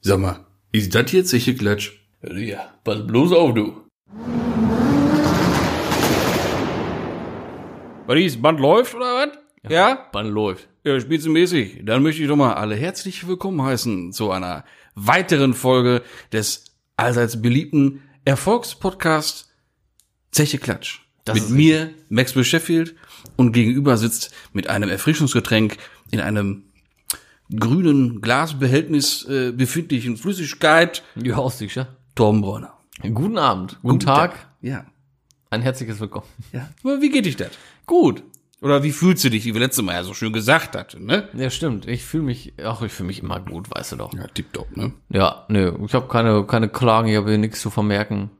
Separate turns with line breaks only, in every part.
Sag mal, ist das jetzt sicher Klatsch?
Ja, pass bloß auf, du.
Was ist, Band läuft oder was? Ja?
Band läuft.
Ja, spitzenmäßig. Dann möchte ich doch mal alle herzlich willkommen heißen zu einer weiteren Folge des allseits beliebten Erfolgspodcasts Zeche Klatsch.
Das
mit
ist
mir, Maxwell Sheffield, und gegenüber sitzt mit einem Erfrischungsgetränk in einem grünen Glasbehältnis äh, befindlichen Flüssigkeit
Ja, sicher.
Tom Bräuner.
Guten Abend, guten, Tag,
Ja.
ein herzliches Willkommen.
ja. Aber wie geht dich das?
Gut.
Oder wie fühlst du dich, wie wir letztes Mal ja so schön gesagt hatten, ne?
Ja, stimmt. Ich fühle mich, ach, ich fühle mich immer gut, weißt du doch.
Ja, tipptopp, ne?
Ja, nö, ich habe keine, keine Klagen, ich habe hier nichts zu vermerken.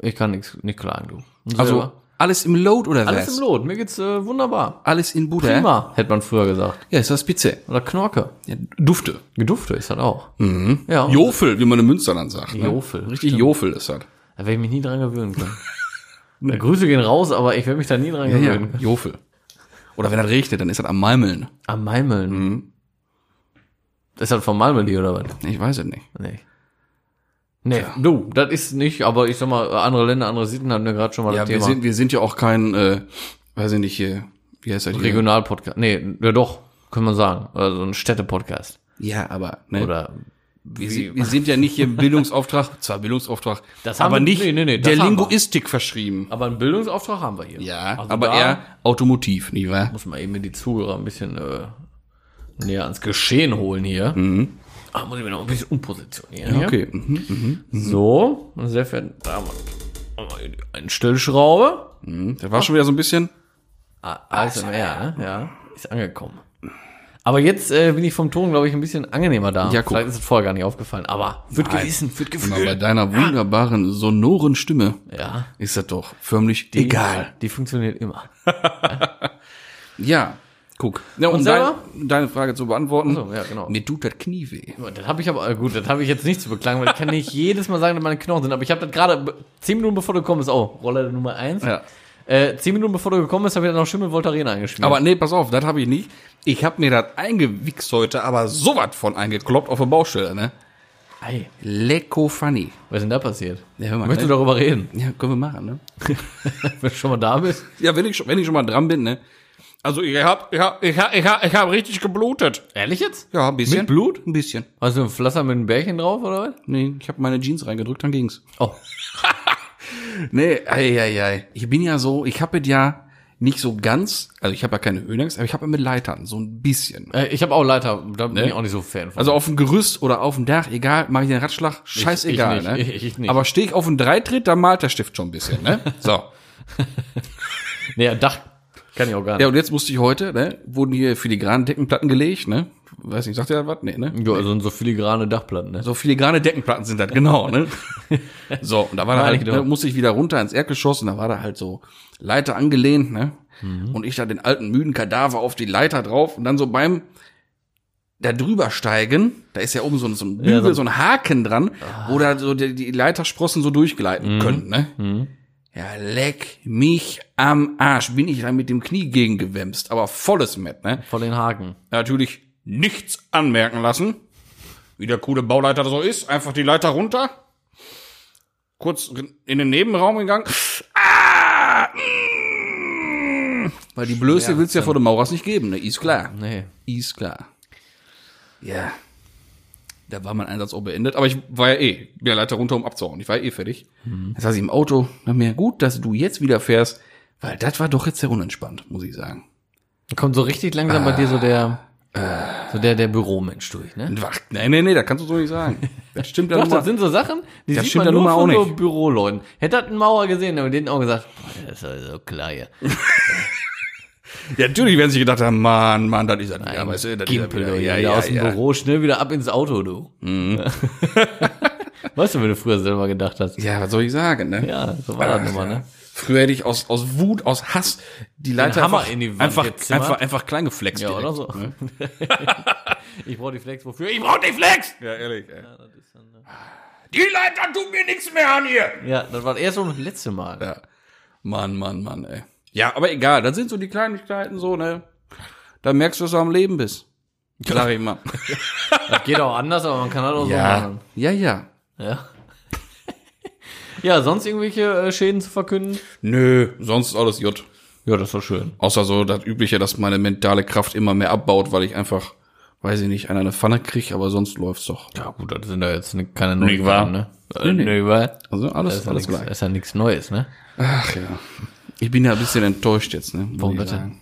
Ich kann nichts nicht klagen, du. Und
Also,
selber?
alles im Load oder
alles
was?
im Lot, mir geht's äh, wunderbar.
Alles in Butter?
Prima, hätte man früher gesagt.
Ja, ist das Pizza.
Oder Knorke.
Ja, Dufte.
Gedufte ist das auch. Mhm. Ja,
Jofel, wie man im Münsterland sagt. Ne?
Jofel,
Richtig Jofel ist das.
da werde ich mich nie dran gewöhnen können. Ja, Grüße gehen raus, aber ich werde mich da nie dran gewöhnen können.
Jofel. Oder wenn das regnet, dann ist das am Malmeln.
Am Malmeln. Ist das von Malmedy oder was?
Ich weiß es nicht.
Nee. Nee, du, das ist nicht, aber ich sag mal, andere Länder, andere Sitten hatten wir gerade schon mal
Ja,
das
wir
Thema.
sind, wir sind ja auch kein, äh, weiß ich nicht, hier, wie heißt das hier?
Regionalpodcast. Nee, ja doch, kann man sagen. Also ein Städtepodcast.
Ja, aber, ne?
Oder wie
Wir,
sie.
wir sind ja nicht hier im Bildungsauftrag, zwar Bildungsauftrag,
Das haben
aber
wir-
nicht
nee, nee, nee, das
der
haben wir.
Linguistik verschrieben.
Aber einen Bildungsauftrag haben wir hier.
Ja,
also
aber
da
eher automotiv, nicht wahr?
Muss man eben die Zuhörer ein bisschen äh, näher ans Geschehen holen hier. Ah, muss ich mir noch ein bisschen umpositionieren. hier.
Mhm. Okay. Mhm.
So, meine sehr verehrten Damen und Herren, eine Stellschraube.
Mhm. Das war schon wieder so ein bisschen.
Ah, ASMR, ne? Ja, ist angekommen. Aber jetzt äh, bin ich vom Ton, glaube ich, ein bisschen angenehmer da.
Ja, guck.
Vielleicht ist es vorher gar nicht aufgefallen, aber wird
Nein.
gewissen, wird
Aber bei
gefühlt.
deiner wunderbaren, sonoren Stimme
Ja.
ist das doch förmlich egal.
Die funktioniert immer.
Ja, guck. Ja,
Und
um
selber?
dein, deine Frage zu beantworten.
Ach so, ja, genau.
Mir tut das Knie weh.
Das habe ich aber, äh, gut, das habe ich jetzt nicht zu beklagen, weil ich kann nicht jedes Mal sagen, dass meine Knochen sind, aber ich habe das gerade be- zehn Minuten bevor du gekommen bist, oh, Roller Nummer eins.
Ja.
Äh, zehn Minuten bevor du gekommen bist, habe ich dann noch Schimmel Voltaren eingeschmiert.
Aber nee, pass auf, das habe ich nicht. Ich habe mir das eingewichst heute, aber sowas von eingekloppt auf der Baustelle, ne?
Ei,
Lecko funny.
was ist denn da passiert?
Ja, hör mal,
Möchtest du
ne?
darüber reden?
Ja, können wir machen, ne?
Wenn du schon mal da bist.
Ja, wenn ich schon, wenn ich schon mal dran bin, ne? Also ich hab, ich hab, ich hab, ich hab, ich hab richtig geblutet.
Ehrlich jetzt?
Ja, ein bisschen.
Mit Blut?
Ein bisschen.
Hast du ein Pflaster mit einem Bärchen drauf, oder was?
Nee, ich habe meine Jeans reingedrückt, dann ging's.
Oh.
Nee, ei, ei, ei. Ich bin ja so, ich habe ja nicht so ganz, also ich habe ja keine Höhenangst, aber ich habe mit Leitern, so ein bisschen.
Äh, Ich habe auch Leiter, da bin ich auch nicht so Fan von.
Also auf dem Gerüst oder auf dem Dach, egal, mache ich den Radschlag, scheißegal.
ich nicht,
ne?
ich- ich nicht.
Aber stehe ich auf dem Dreitritt, dann malt der Stift schon ein bisschen. Ne? So.
nee, ein Dach kann ich auch gar
Ja,
nicht.
und jetzt musste ich heute, ne, wurden hier filigrane Deckenplatten gelegt, ne? Weiß nicht, sagt ihr da was? Nee, ne?
Ja, also so filigrane Dachplatten, ne?
So filigrane Deckenplatten sind das, genau, ne? so, und da war da
Meine
halt,
ich
ne,
doch.
musste ich wieder runter ins Erdgeschoss und da war da halt so Leiter angelehnt, ne? Und ich da den alten müden Kadaver auf die Leiter drauf und dann so beim da drüber steigen, da ist ja oben so, ein- so ein Bügel,
so-
so, ein Ah. Haken dran, wo da so die, die Leitersprossen so durchgleiten können, ne? Ja, leck mich am Arsch. Bin ich da mit dem Knie gegengewämst, aber volles Met, ne?
Von den Haken.
natürlich nichts anmerken lassen. Wie der coole Bauleiter so ist, einfach die Leiter runter. Kurz in den Nebenraum gegangen. Ah! Mm! Weil die Blöße willst du ja vor dem Maurers nicht geben, ne? Ist klar.
Nee.
Ist klar. Ja. Da war mein Einsatz auch beendet, aber ich war ja eh, bin ja Leiter runter, um abzuhauen. Ich war ja eh fertig. Das saß ich im Auto, dachte mir, gut, dass du jetzt wieder fährst, weil das war doch jetzt sehr unentspannt, muss ich sagen.
Da kommt so richtig langsam bei dir so der, äh, so der, der Büromensch durch, ne?
Wach- Nee, nee, nee, das kannst du so nicht sagen. Das stimmt ja
Doch,
nun
das
mal.
sind so Sachen, die
Das
sieht
stimmt
man
ja
nur
nun mal
von
auch
so
nicht.
Büroleuten. Hätte das ein Mauer gesehen, dann hätte denen auch gesagt, boah, das ist ja so klar hier.
Ja, natürlich werden sie gedacht haben, Mann, Mann, das ist er wieder. weißt du, das ist er
Gimpel,
wieder.
Leute,
Ja,
wieder
ja,
aus dem
ja. Mhm.
Büro, schnell wieder ab ins Auto, du. weißt du, wenn du früher selber gedacht hast?
ja, was soll ich sagen, ne?
Ja, so war das nochmal, ne?
Früher hätte ich aus, aus Wut, aus Hass die ne? Leiter
Hammer
einfach,
in die Wand
einfach,
gezimmert.
einfach, einfach klein geflext.
Ja, oder
direkt. Mhm.
so. ich brauche die Flex, wofür? Ich brauche die Flex!
Ja, ehrlich, ey. Die Leiter tun mir nichts mehr an hier.
Ja, das war das erste und letzte Mal.
Ja. Mann, Mann, Mann, ey. Ja, aber egal, das sind so die Kleinigkeiten so, ne? Da merkst du, dass du am Leben bist. Sag ich mal.
Das geht auch anders, aber man kann halt auch so machen.
Ja, ja.
Ja. ja, sonst irgendwelche äh, Schäden zu verkünden?
Nö, sonst alles J.
Ja, das war schön.
Außer so das Übliche, dass meine mentale Kraft immer mehr abbaut, weil ich einfach, weiß ich nicht, an eine Pfanne kriege, aber sonst läuft's doch.
Ja, gut, das sind da jetzt ne- keine
Nicht wahr?
Neuigkeiten, ne? Äh,
Nee, nee.
nee, wahr?
Also
Das
alles,
ist ja
alles
nix-
gleich.
das ist ja nichts Neues, ne?
Ach ja. Ich bin ja ein bisschen enttäuscht jetzt, ne? muss
Warum
ich
bitte?
sagen.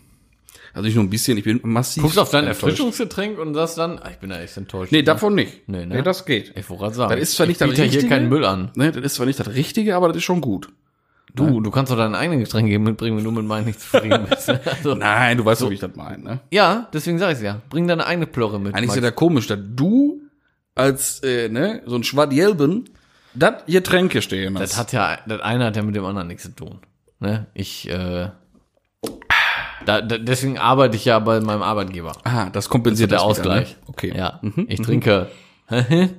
Also nicht nur ein bisschen, ich bin massiv.
Guckst auf dein
enttäuscht.
Erfrischungsgetränk und sagst dann, ah, ich bin da echt enttäuscht.
Nee, davon nicht.
Nee, ne?
das geht.
Ich wollte gerade sagen.
Das ist zwar
ich
nicht das
biete hier
Richtige.
keinen Müll an.
Ne, das ist zwar nicht das Richtige, aber das ist schon gut.
Du, du kannst doch deine eigenen Getränke mitbringen, wenn du mit meinen nicht zufrieden bist. also,
Nein, du weißt doch, wie ich das meine, ne?
ja, deswegen sage ich ja. Bring deine eigene Plörre mit.
Eigentlich ist
Max.
ja da komisch, dass du als, äh, ne, so ein Schwadjelben, das hier Tränke stehen
Das hat ja, das eine hat ja mit dem anderen nichts zu tun. Ne? Ich, äh, da, da, deswegen arbeite ich ja bei meinem Arbeitgeber.
Ah, das kompensiert
Der
das wieder,
Ausgleich.
ne? Okay.
Ja. Ich trinke,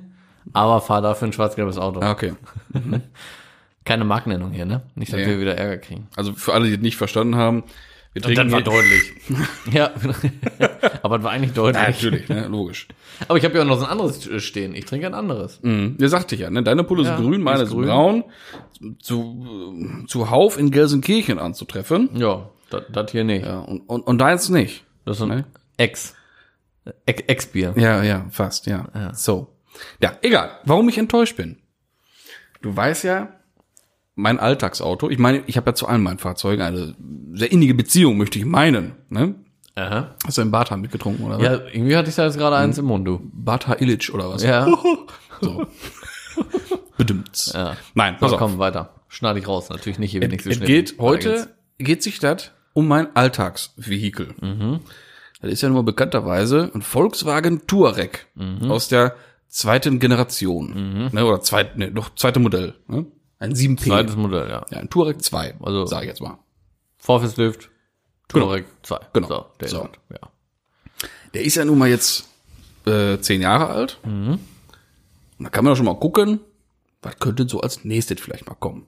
aber fahre dafür ein schwarz-gelbes Auto.
Ah, Okay.
Keine Markennennung hier, ne? Nicht, dass
Nee.
wir wieder Ärger kriegen.
Also für alle, die es nicht verstanden haben, wir trinken hier-
deutlich. ja, aber das war eigentlich deutlich.
Ja, natürlich, ne? logisch.
Aber ich habe ja auch noch so ein anderes äh, stehen. Ich trinke ein anderes.
Mhm. Ja, sagte ich ja, ne? deine Pulle
Ja,
ist grün, meine
die
ist
ist grün.
braun. Zu, zu Hauf in Gelsenkirchen anzutreffen.
Ja, das hier nicht.
Ja, und, und, und deins nicht.
Das ist ein
Ne?
Ex. Ex- Ex-Bier.
Ja, ja, fast, ja. So. Ja, egal, warum ich enttäuscht bin. Du weißt ja, mein Alltagsauto, ich meine, ich habe ja zu allen meinen Fahrzeugen eine sehr innige Beziehung, möchte ich meinen. Ne?
Aha.
Hast du im Bartha mitgetrunken oder was?
ja, irgendwie hatte ich da jetzt gerade
Mhm.
eins im Mund, du.
Bartha Illich oder was?
Ja.
So. Bedimmt.
Ja.
Nein, pass
So,
auf.
komm, weiter. Schneide ich raus. Natürlich nicht hier wenigstens
Es geht heute, geht sich das um mein Alltagsvehikel.
Mhm.
Das ist ja nur bekannterweise ein Volkswagen Touareg
Mhm.
aus der zweiten Generation. Ne, oder zweit, ne, doch zweite Modell. Ne? Ein 7P.
Zweites Modell, ja.
Ja, ein Touareg 2, also,
Also-
sag ich jetzt mal.
Vorfestlift, Touareg 2.
Genau.
So, der
So.
Ist, es. ja.
Der ist ja nun mal jetzt äh, zehn Jahre alt.
Mhm.
Und da kann man doch schon mal gucken, was könnte so als nächstes vielleicht mal kommen.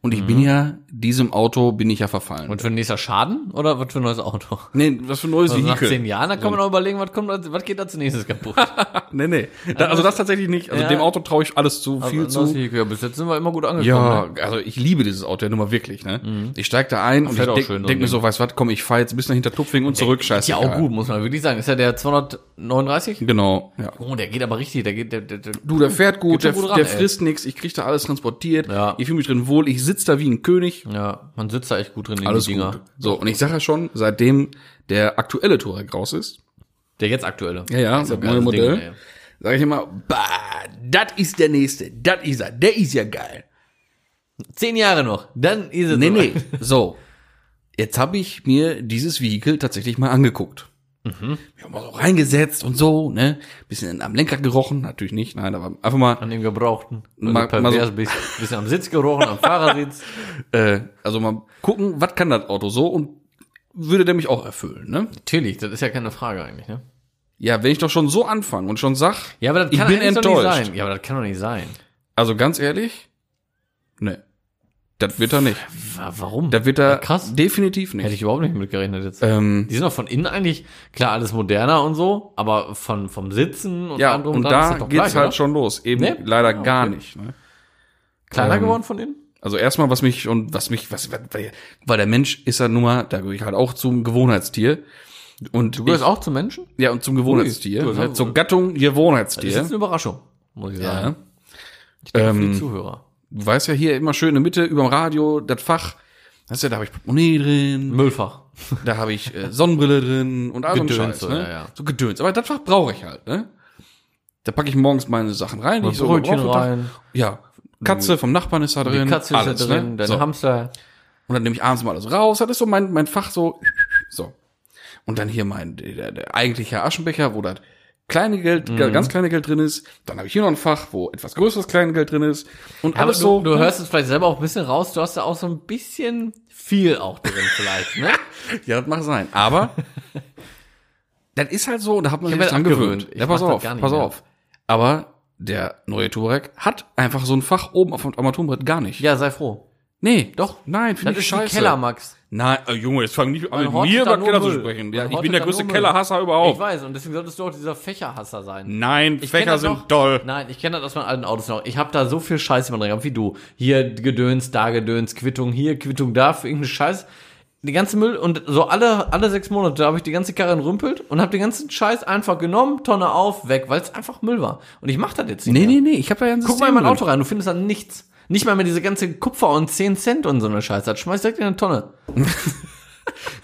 Und ich bin ja, diesem Auto bin ich ja verfallen.
Mhm. Und für ein nächster Schaden oder was für ein neues Auto?
nee, was für ein neues
Also nach
Vehikel.
zehn Jahren, da kann man auch überlegen, was, kommt, als- was geht da zunächst kaputt. Also
Nee, nee. Da, also das tatsächlich nicht. Also
Ja.
dem Auto traue ich alles zu, viel
Also, neues
zu.
Vehikel. Ja, bis jetzt sind wir immer gut angekommen.
Ja,
ne?
also ich liebe dieses Auto ja nun mal wirklich, ne? Ich steig da ein und ich
fährt Mhm. auch
denk,
schön, so
denk
ein
mir
Ding.
so, weißt du was, komm, ich fahr jetzt bis nach Hintertupfingen und zurück, scheiße.
Ja, auch gut, muss man wirklich sagen. Ist ja der 239?
Genau, ja.
Oh, der geht aber richtig. Der geht, der, der, der,
Du, der fährt gut,
Geht
der,
schon gut
der
ran, ey.
frisst nix, ich krieg da alles transportiert,
Ja.
ich fühle mich drin wohl, ich sitz da wie ein König.
ja, man sitzt da echt gut drin in
Alles
die Dinger.
gut. So, und ich sage ja schon, seitdem der aktuelle Touareg raus ist,
Der jetzt aktuelle.
Ja, ja,
Ist
das
ein
neue
geiles
Modell.
Ding, ey.
sage ich immer, bah, das ist der nächste, das ist er, der ist ja geil.
Zehn Jahre noch. Dann ist es
Nee,
soweit.
nee. So. Jetzt habe ich mir dieses Vehikel tatsächlich mal angeguckt.
Mhm.
Wir haben mal so reingesetzt und so, ne? Bisschen am Lenkrad gerochen, natürlich nicht, nein, aber einfach mal,
An dem Gebrauchten. Wenn
Mal-
du pervers
mal so-
bist. Bist am Sitz gerochen, am Fahrersitz.
äh, also mal gucken, was kann das Auto so und würde der mich auch erfüllen, ne?
Natürlich, das ist ja keine Frage eigentlich, ne?
Ja, wenn ich doch schon so anfange und schon sag,
Ja, aber das
Ich
kann
bin
eigentlich doch
enttäuscht.
nicht sein. Ja, aber das kann doch nicht sein.
also ganz ehrlich, ne, das wird er nicht.
Wa- Warum?
Das wird er
krass.
definitiv
Hätte
nicht.
ich überhaupt nicht mitgerechnet jetzt.
Ähm,
Die sind doch von innen eigentlich, klar, alles moderner und so, aber von, vom Sitzen und
ja,
allem drum
und
dran ist
da
das doch
geht's
gleich,
halt
oder?
schon los. Eben
Nee?
leider
Ah,
gar
okay.
nicht, ne?
Kleiner
ähm,
geworden von innen?
Also erstmal, was mich und was mich, was, was- weil weil der Mensch ist ja nun mal, da gehöre ich halt auch zum Gewohnheitstier. Und du
Gehört auch zu Menschen?
ja, und zum Gewohnheitstier.
Ui, du
ne?
hast-
Zur Gattung
Das ist jetzt
Gewohnheitstier.
eine Überraschung, muss ich
Ja.
sagen. Ich denke, für
Ähm,
die Zuhörer.
Du weißt ja hier immer schön in der Mitte überm Radio, das Fach. Weißt du, da habe ich Portemonnaie drin,
Müllfach.
da habe ich äh, Sonnenbrille drin und all so ein
Gedöns,
Scheiß. Ne?
ja, ja.
So Gedöns. Aber das Fach brauche ich halt. Ne? Da packe ich morgens meine Sachen rein. die
Mal
ich so
Brötchen
gebraucht hab.
rein.
Ja. Katze vom Nachbarn ist da drin.
Die Katze ist
alles,
da drin,
ne?
dein
So.
Hamster.
Und dann nehme ich abends mal alles raus. Das ist so mein, mein Fach so. So. Und dann hier mein der, der eigentliche Aschenbecher, wo das kleine Geld,
Mhm.
ganz kleine Geld drin ist. Dann habe ich hier noch ein Fach, wo etwas größeres kleine Geld drin ist. Und
Aber
alles
du,
so. ne?
du hörst es vielleicht selber auch ein bisschen raus, du hast da auch so ein bisschen viel auch drin vielleicht, ne?
Ja, das mag sein. Aber das ist halt so, und da hat man sich
hab
jetzt
mir
dran
das
gewöhnt.
abgewöhnt. Ich
Ja, pass
mach das
auf,
gar nicht
pass
mehr.
auf. Aber der neue Touareg hat einfach so ein Fach oben auf dem Armaturenbrett gar nicht.
Ja, sei froh.
Nee,
Doch.
Nein,
Das
finde ich
ist
scheiße.
ein Keller, Max.
Nein, äh, Junge, jetzt fang nicht an, mit
hortet
mir
da
über
nur
Keller zu
Müll.
sprechen.
Man
Ja, ich
hortet
bin der
da
größte
nur Müll.
Kellerhasser
Ich
überhaupt.
weiß, und deswegen solltest du auch dieser Fächerhasser sein.
Nein,
Ich kenn
Fächer
das
sind
noch.
toll.
Nein, ich kenne das aus meinen alten Autos noch. Ich habe da so viel Scheiß immer drin gehabt, wie du. Hier Gedöns, da Gedöns, Quittung hier, Quittung da, für irgendeinen Scheiß. Die ganze Müll und so alle, alle sechs Monate habe ich die ganze Karre entrümpelt und habe den ganzen Scheiß einfach genommen, Tonne auf, weg, weil es einfach Müll war. Und ich mache das jetzt nicht
Nee,
mehr.
nee, nee, ich habe ja ein
Guck mal in mein Auto rein, du findest dann nichts. Nicht mal mehr diese ganze Kupfer und 10 Cent und so eine Scheiße. Das schmeißt direkt in eine Tonne.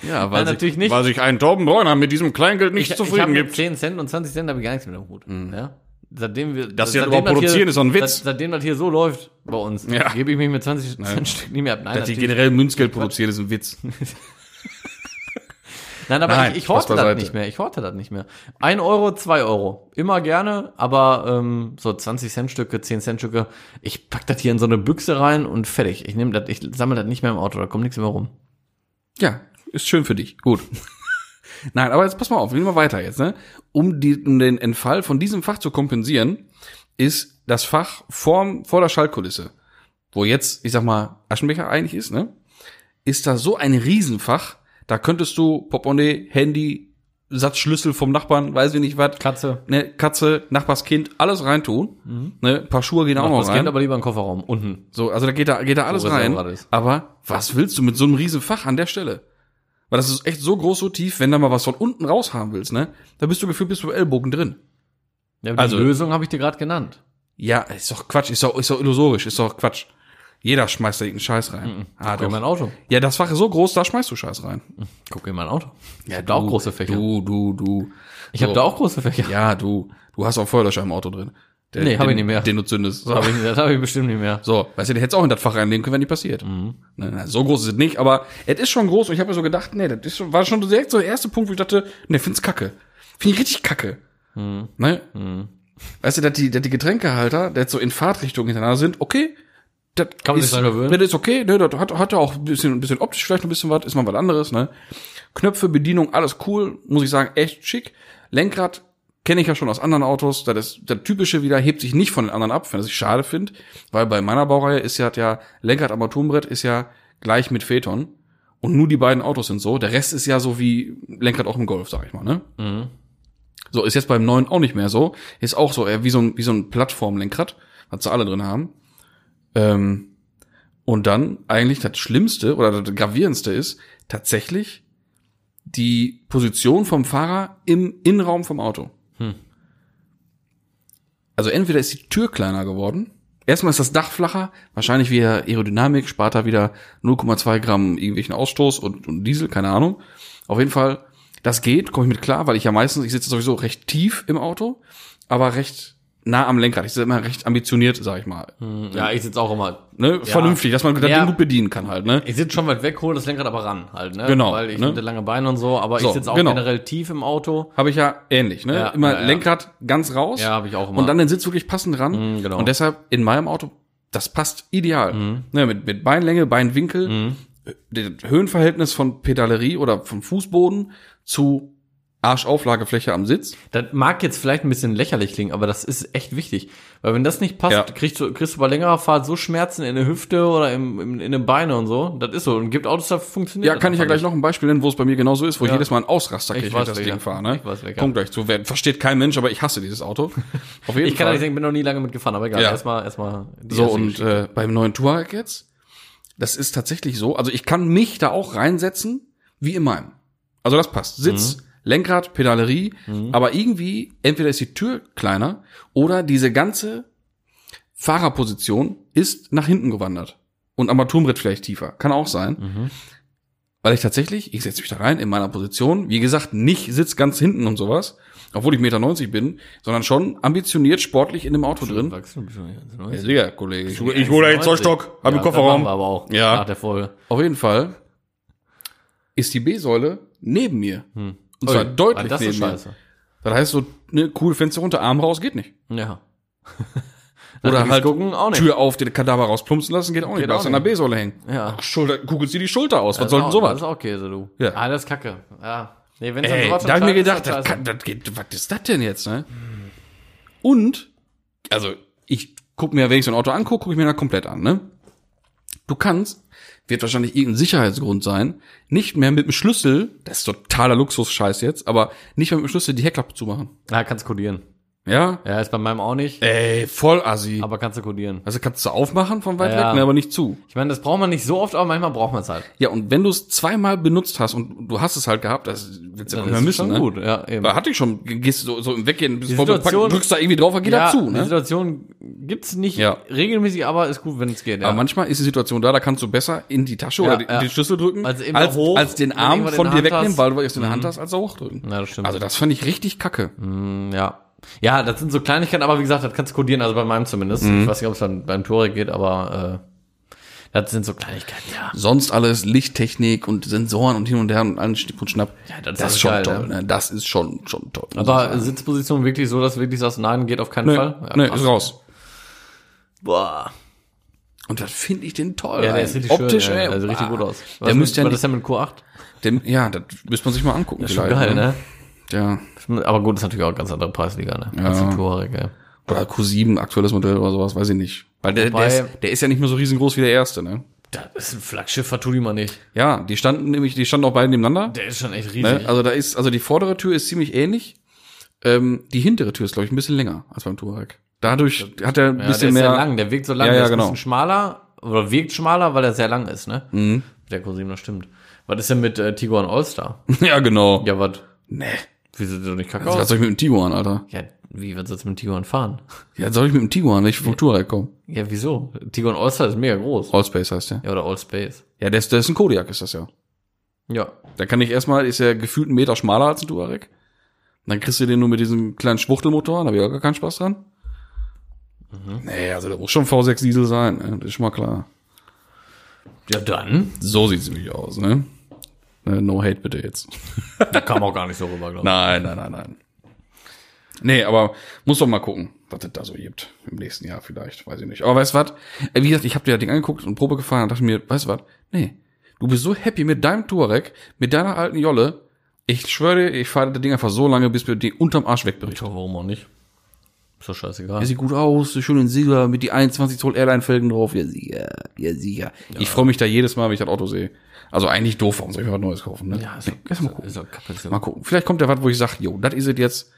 Ja,
Nein, natürlich nicht.
Weil sich ein Torben Bräuner mit diesem Kleingeld nicht
Ich, ich
zufrieden
habe
gibt.
10 Cent und 20 Cent habe ich gar nichts mit dem Hut. Ja? Seitdem wir,
Dass sie das
seitdem
überhaupt produzieren,
hier,
ist doch ein Witz.
seit- Seitdem das hier so läuft bei uns,
Ja.
gebe ich mich mit 20 Cent Stück nicht mehr ab. Nein,
Dass die
natürlich.
generell Münzgeld produzieren, ist ein Witz.
Nein aber
Nein,
ich, ich
Spaß
horte das
beiseite.
nicht mehr. Ich horte das nicht mehr. 1 Euro, 2 Euro. Immer gerne, aber ähm, so 20 Cent Stücke, 10 Cent Stücke. Ich pack das hier in so eine Büchse rein und fertig. Ich nehme das, ich sammle das nicht mehr im Auto, da kommt nichts mehr rum.
Ja, ist schön für dich. Gut. Nein, aber jetzt pass mal auf, gehen wir weiter jetzt. Ne? Um, die, um den Entfall von diesem Fach zu kompensieren, ist das Fach vorm, vor der Schallkulisse, wo jetzt, ich sag mal, Aschenbecher eigentlich ist, ne? ist da so ein Riesenfach, da könntest du Portemonnaie, Handy, Satzschlüssel vom Nachbarn, weiß ich nicht was,
Katze.
ne, Katze, Nachbarskind, alles reintun. Ne, ein paar Schuhe gehen auch noch
Das
rein.
Kind Mhm. aber lieber im Kofferraum, unten.
So, also da geht da, geht da alles
Wo Reserve
rein.
gerade ist.
Aber was willst du mit so einem riesen Fach an der Stelle? Weil das ist echt so groß, so tief, wenn du mal was von unten raus haben willst, ne? Da bist du gefühlt bis zum Ellbogen drin.
Ja, aber
Also-
die Lösung habe ich dir gerade genannt.
Ja, ist doch Quatsch, ist doch, ist doch illusorisch, ist doch Quatsch. Jeder schmeißt da irgendeinen Scheiß rein. Ah,
Guck in
doch.
mein Auto.
Ja, das Fach ist so groß, da schmeißt du Scheiß rein.
Guck in mein Auto. Ich habe da auch
Du,
große Fächer.
Du, du, du.
Ich habe
So.
da auch große Fächer.
Ja, du. Du hast auch einen Feuerlöscher im Auto drin. Der,
Nee, hab
den-
ich nicht mehr.
Den du zündest. So.
Hab ich, das habe ich bestimmt nicht mehr.
So, weißt du, der hätte es auch in das Fach reinlegen können, wenn die passiert. Na, na, so groß ist es nicht, aber es ist schon groß und ich habe mir so gedacht, nee, das ist schon, war schon direkt so der erste Punkt, wo ich dachte, nee, find's kacke. Find ich richtig kacke. Ne?
Mhm.
Weißt du, dass die, dass die Getränkehalter, der jetzt so in Fahrtrichtung hintereinander sind, okay, das
Kann man sich
ist,
dran gewöhnen.
nee, Das ist okay, ne, das hat, hat ja auch ein bisschen, ein bisschen optisch vielleicht ein bisschen was, ist mal was anderes, ne? Knöpfe, Bedienung, alles cool, muss ich sagen, echt schick. Lenkrad kenne ich ja schon aus anderen Autos, da das, der typische wieder hebt sich nicht von den anderen ab, wenn ich schade finde, weil bei meiner Baureihe ist ja, hat ja Lenkrad Armaturenbrett ist ja gleich mit Phaeton und nur die beiden Autos sind so, der Rest ist ja so wie Lenkrad auch im Golf, sag ich mal, ne? So, ist jetzt beim neuen auch nicht mehr so. Ist auch so eher wie so ein, wie so ein Plattformlenkrad, was sie alle drin haben. Ähm, und dann eigentlich das Schlimmste oder das Gravierendste ist tatsächlich die Position vom Fahrer im Innenraum vom Auto. Also entweder ist die Tür kleiner geworden, erstmal ist das Dach flacher, wahrscheinlich wieder Aerodynamik, spart da wieder 0,2 Gramm irgendwelchen Ausstoß und, und Diesel, keine Ahnung. Auf jeden Fall, das geht, komme ich mit klar, weil ich ja meistens, ich sitze sowieso recht tief im Auto, aber recht nah am Lenkrad. Ich sitze immer recht ambitioniert, sag ich mal.
Ja, ich sitze auch immer.
Ne? Vernünftig, dass man das
Hm. Ja.
Ding gut bedienen kann halt, ne?
Ich sitze schon weit weg, hole das Lenkrad aber ran halt, ne?
Genau,
Weil ich
ne?
ne? lange Beine und so, aber
So,
ich sitze auch
genau.
generell tief im Auto.
Habe ich ja ähnlich, ne?
Ja,
immer
ja, ja.
Lenkrad ganz raus.
Ja, habe ich auch immer.
Und dann den Sitz wirklich passend ran.
Mhm, genau. Mhm.
Und deshalb in meinem Auto, das passt ideal. Ne, mit, mit Beinlänge, Beinwinkel, das Höhenverhältnis von Pedalerie oder vom Fußboden zu Arschauflagefläche am Sitz.
Das mag jetzt vielleicht ein bisschen lächerlich klingen, aber das ist echt wichtig. Weil wenn das nicht passt,
Ja.
kriegst, du, kriegst du bei längerer Fahrt so Schmerzen in der Hüfte oder im, im, in den Beinen und so. Das ist so. Und gibt Autos, da funktioniert
Ja,
das
kann ich ja
einfach
gleich noch ein Beispiel nennen, wo es bei mir genauso ist, wo ich
Ja.
jedes Mal einen Ausraster
Ich
kriege, wenn ich
weiß,
das
welcher.
Ding fahre. Ne?
Ich weiß, welcher.
Kommt gleich zu. Wer- Versteht kein Mensch, aber ich hasse dieses Auto. Auf jeden
nicht. Ich kann nicht sagen, bin noch nie lange mitgefahren, aber egal.
Ja.
Erstmal, erstmal. die
So,
erste
und
Geschichte.
äh, beim neuen Touareg jetzt, das ist tatsächlich so. Also ich kann mich da auch reinsetzen, wie in meinem. Also das passt.
Mhm.
Sitz, Lenkrad, Pedalerie, aber irgendwie, entweder ist die Tür kleiner oder diese ganze Fahrerposition ist nach hinten gewandert. Und Armaturenbrett vielleicht tiefer. Kann auch sein.
Mhm.
Weil ich tatsächlich, ich setze mich da rein in meiner Position, wie gesagt, nicht sitz ganz hinten und sowas, obwohl ich 1,90 Meter bin, sondern schon ambitioniert sportlich in dem Auto drin.
Wachsen, Also, du bist schon ganz neu.
Ja, sicher, Kollege. Ich,
Die
ich hole einen
1,90.
Zollstock, hab
ja,
im
das machen wir
Kofferraum.
aber auch.
Ja.
Nach der Folge.
Auf jeden Fall ist die B-Säule neben mir. Und zwar
Hm. Ui, Ah,
deutlich
das
neben
ist
mir.
scheiße.
Das heißt so, ne, cool, Fenster runter, Arm raus, geht nicht.
Ja.
Oder
links
halt
gucken, auch nicht.
Tür auf, den Kadaver rausplumpsen lassen, geht auch nicht.
Geht
Bleibst
auch
an der
nicht.
B-Säule hängen.
Ja. genau.
Schulter, gucken Sie die Schulter aus, was
Das
soll
ist
denn
auch-
sowas?
Das ist auch Käse, du.
Ja.
Ah, das ist kacke. Ja. Nee, wenn's dann
Ey,
sowas
da hab ich mir
schon scheiße
gedacht,
ist,
das
dann scheiße.
kann, das geht, was ist das denn jetzt, ne? Und, also, ich guck mir, wenn ich so ein Auto angucke, gucke ich mir das komplett an, ne? Du kannst, wird wahrscheinlich irgendein Sicherheitsgrund sein, nicht mehr mit dem Schlüssel, das ist totaler Luxusscheiß jetzt, aber nicht mehr mit dem Schlüssel die Heckklappe zumachen.
Ja, kannst kodieren.
Ja?
Ja, ist bei meinem auch nicht,
Ey, voll assi.
aber kannst du kodieren.
Also kannst du aufmachen von weit
Ja.
weg, ne, aber nicht zu.
Ich meine, das braucht man nicht so oft, aber manchmal braucht man es halt.
Ja, und wenn du es zweimal benutzt hast und du hast es halt gehabt, das willst du ja nicht
Dann
mehr
ist
missen.
schon
Ne?
gut, ja, eben.
Da hatte ich schon, gehst du so, so im Weggehen, bist voll
Situation-
bepackt, drückst da irgendwie drauf, dann geht
ja,
er zu.
Die
Ne?
Situation gibt's nicht
Ja.
regelmäßig, aber ist gut, wenn es geht. Ja.
Aber manchmal ist die Situation da, da kannst du besser in die Tasche oder die,
ja.
den Schlüssel drücken,
Als eben
als,
hoch,
als den
wenn
Arm
irgendwas in
von
der
dir
Hand
wegnehmen,
hast. Mhm.
weil du es in der Hand hast, als auch hochdrücken.
Ja, das stimmt.
Also das fand ich richtig kacke.
ja. ja, das sind so Kleinigkeiten, aber wie gesagt, das kannst du kodieren, also bei meinem zumindest.
Mhm.
Ich weiß nicht, ob es dann beim Tore geht, aber äh, das sind so Kleinigkeiten, ja.
Sonst alles Lichttechnik und Sensoren und hin und her und allen Schnipp und Schnapp.
Ja, das
das
ist
ist schon
geil,
toll.
ne?
Ne? Das ist schon, schon toll.
Aber Sitzposition wirklich so, dass du wirklich sagst, nein, geht auf keinen
nee,
Fall? Ja,
nee,
krass.
ist raus.
Boah.
Und das finde ich den toll.
Ja, der
ey.
ist richtig
Optisch,
schön,
ey,
ja, also richtig
ah.
gut aus. Was
Der
mit-
müsste ja
war das
nicht,
ja mit Q8?
dem, ja, das müsste man sich mal angucken.
Schon
vielleicht,
geil, ne?
Ja.
Aber gut, ist natürlich auch eine ganz andere Preisliga, ne? Als die Touareg, ey.
Oder Q7, aktuelles Modell oder sowas, weiß ich nicht. Weil der,
Wobei-
der, ist, der ist ja nicht mehr so riesengroß wie der erste, ne?
Das ist ein Flaggschiff, vertu die mal nicht.
Ja, die standen nämlich, die standen auch beide nebeneinander.
Der ist schon echt riesig.
Ne? Also da ist, also die vordere Tür ist ziemlich ähnlich. Ähm, die hintere Tür ist, glaube ich, ein bisschen länger als beim Touareg. Dadurch hat er ein
Ja,
bisschen
der ist
mehr.
sehr lang, der wirkt so lang,
Ja,
der
ja,
ist
genau.
ein bisschen schmaler oder wirkt schmaler, weil er sehr lang ist, ne? Mhm. Der Q7, das stimmt. Was ist denn mit äh, Tiguan All-Star?
ja, genau.
Ja, was?
Nee. also
Wie sieht der nicht kacke
Was
aus?
soll ich mit dem Tiguan, Alter?
Ja, wie wird jetzt mit dem Tiguan fahren?
Ja, soll ich mit dem Tiguan, wenn ich vom Touareg komme?
Ja, wieso? Tiguan All-Star ist mega groß.
Allspace heißt der.
Ja, oder All-Space.
Ja, der ist, der ist ein Kodiak, ist das ja.
Ja.
Da kann ich erstmal, ist er gefühlt einen Meter schmaler als ein Touareg. Dann kriegst du den nur mit diesem kleinen Schwuchtelmotor, da hab ich auch gar keinen Spaß dran. Nee, also der muss schon V6 Diesel sein, ne? das ist schon mal klar.
Ja, dann.
So sieht's nämlich aus, ne? Ne, No hate bitte jetzt.
Da kam auch gar nicht so rüber, glaube ich.
Nein, nein, nein, nein. Nee, aber muss doch mal gucken, was es da so gibt. Im nächsten Jahr vielleicht, weiß ich nicht. Aber weißt du was? Äh, Wie gesagt, ich habe dir das Ding angeguckt und Probe gefahren und dachte mir, weißt du was? Nee, du bist so happy mit deinem Touareg, mit deiner alten Jolle. Ich schwöre dir, ich fahre das Ding einfach so lange, bis wir die unterm Arsch wegberichten.
Tja, warum auch nicht? Ist doch scheißegal.
Er sieht gut aus, so schön in Silber, mit die 21 Zoll Airline-Felgen drauf. Ja, sicher, ja, sicher. Ich freue mich da jedes Mal, wenn ich das Auto sehe. Also eigentlich doof, warum soll ich mir was Neues kaufen, ne?
Ja, ist
Nee,
doch,
lass
ist
mal
doch,
gucken.
ist doch Kappe. Ist
Mal
doch,
gucken. Vielleicht kommt ja was, wo ich sage, jo, das is it jetzt.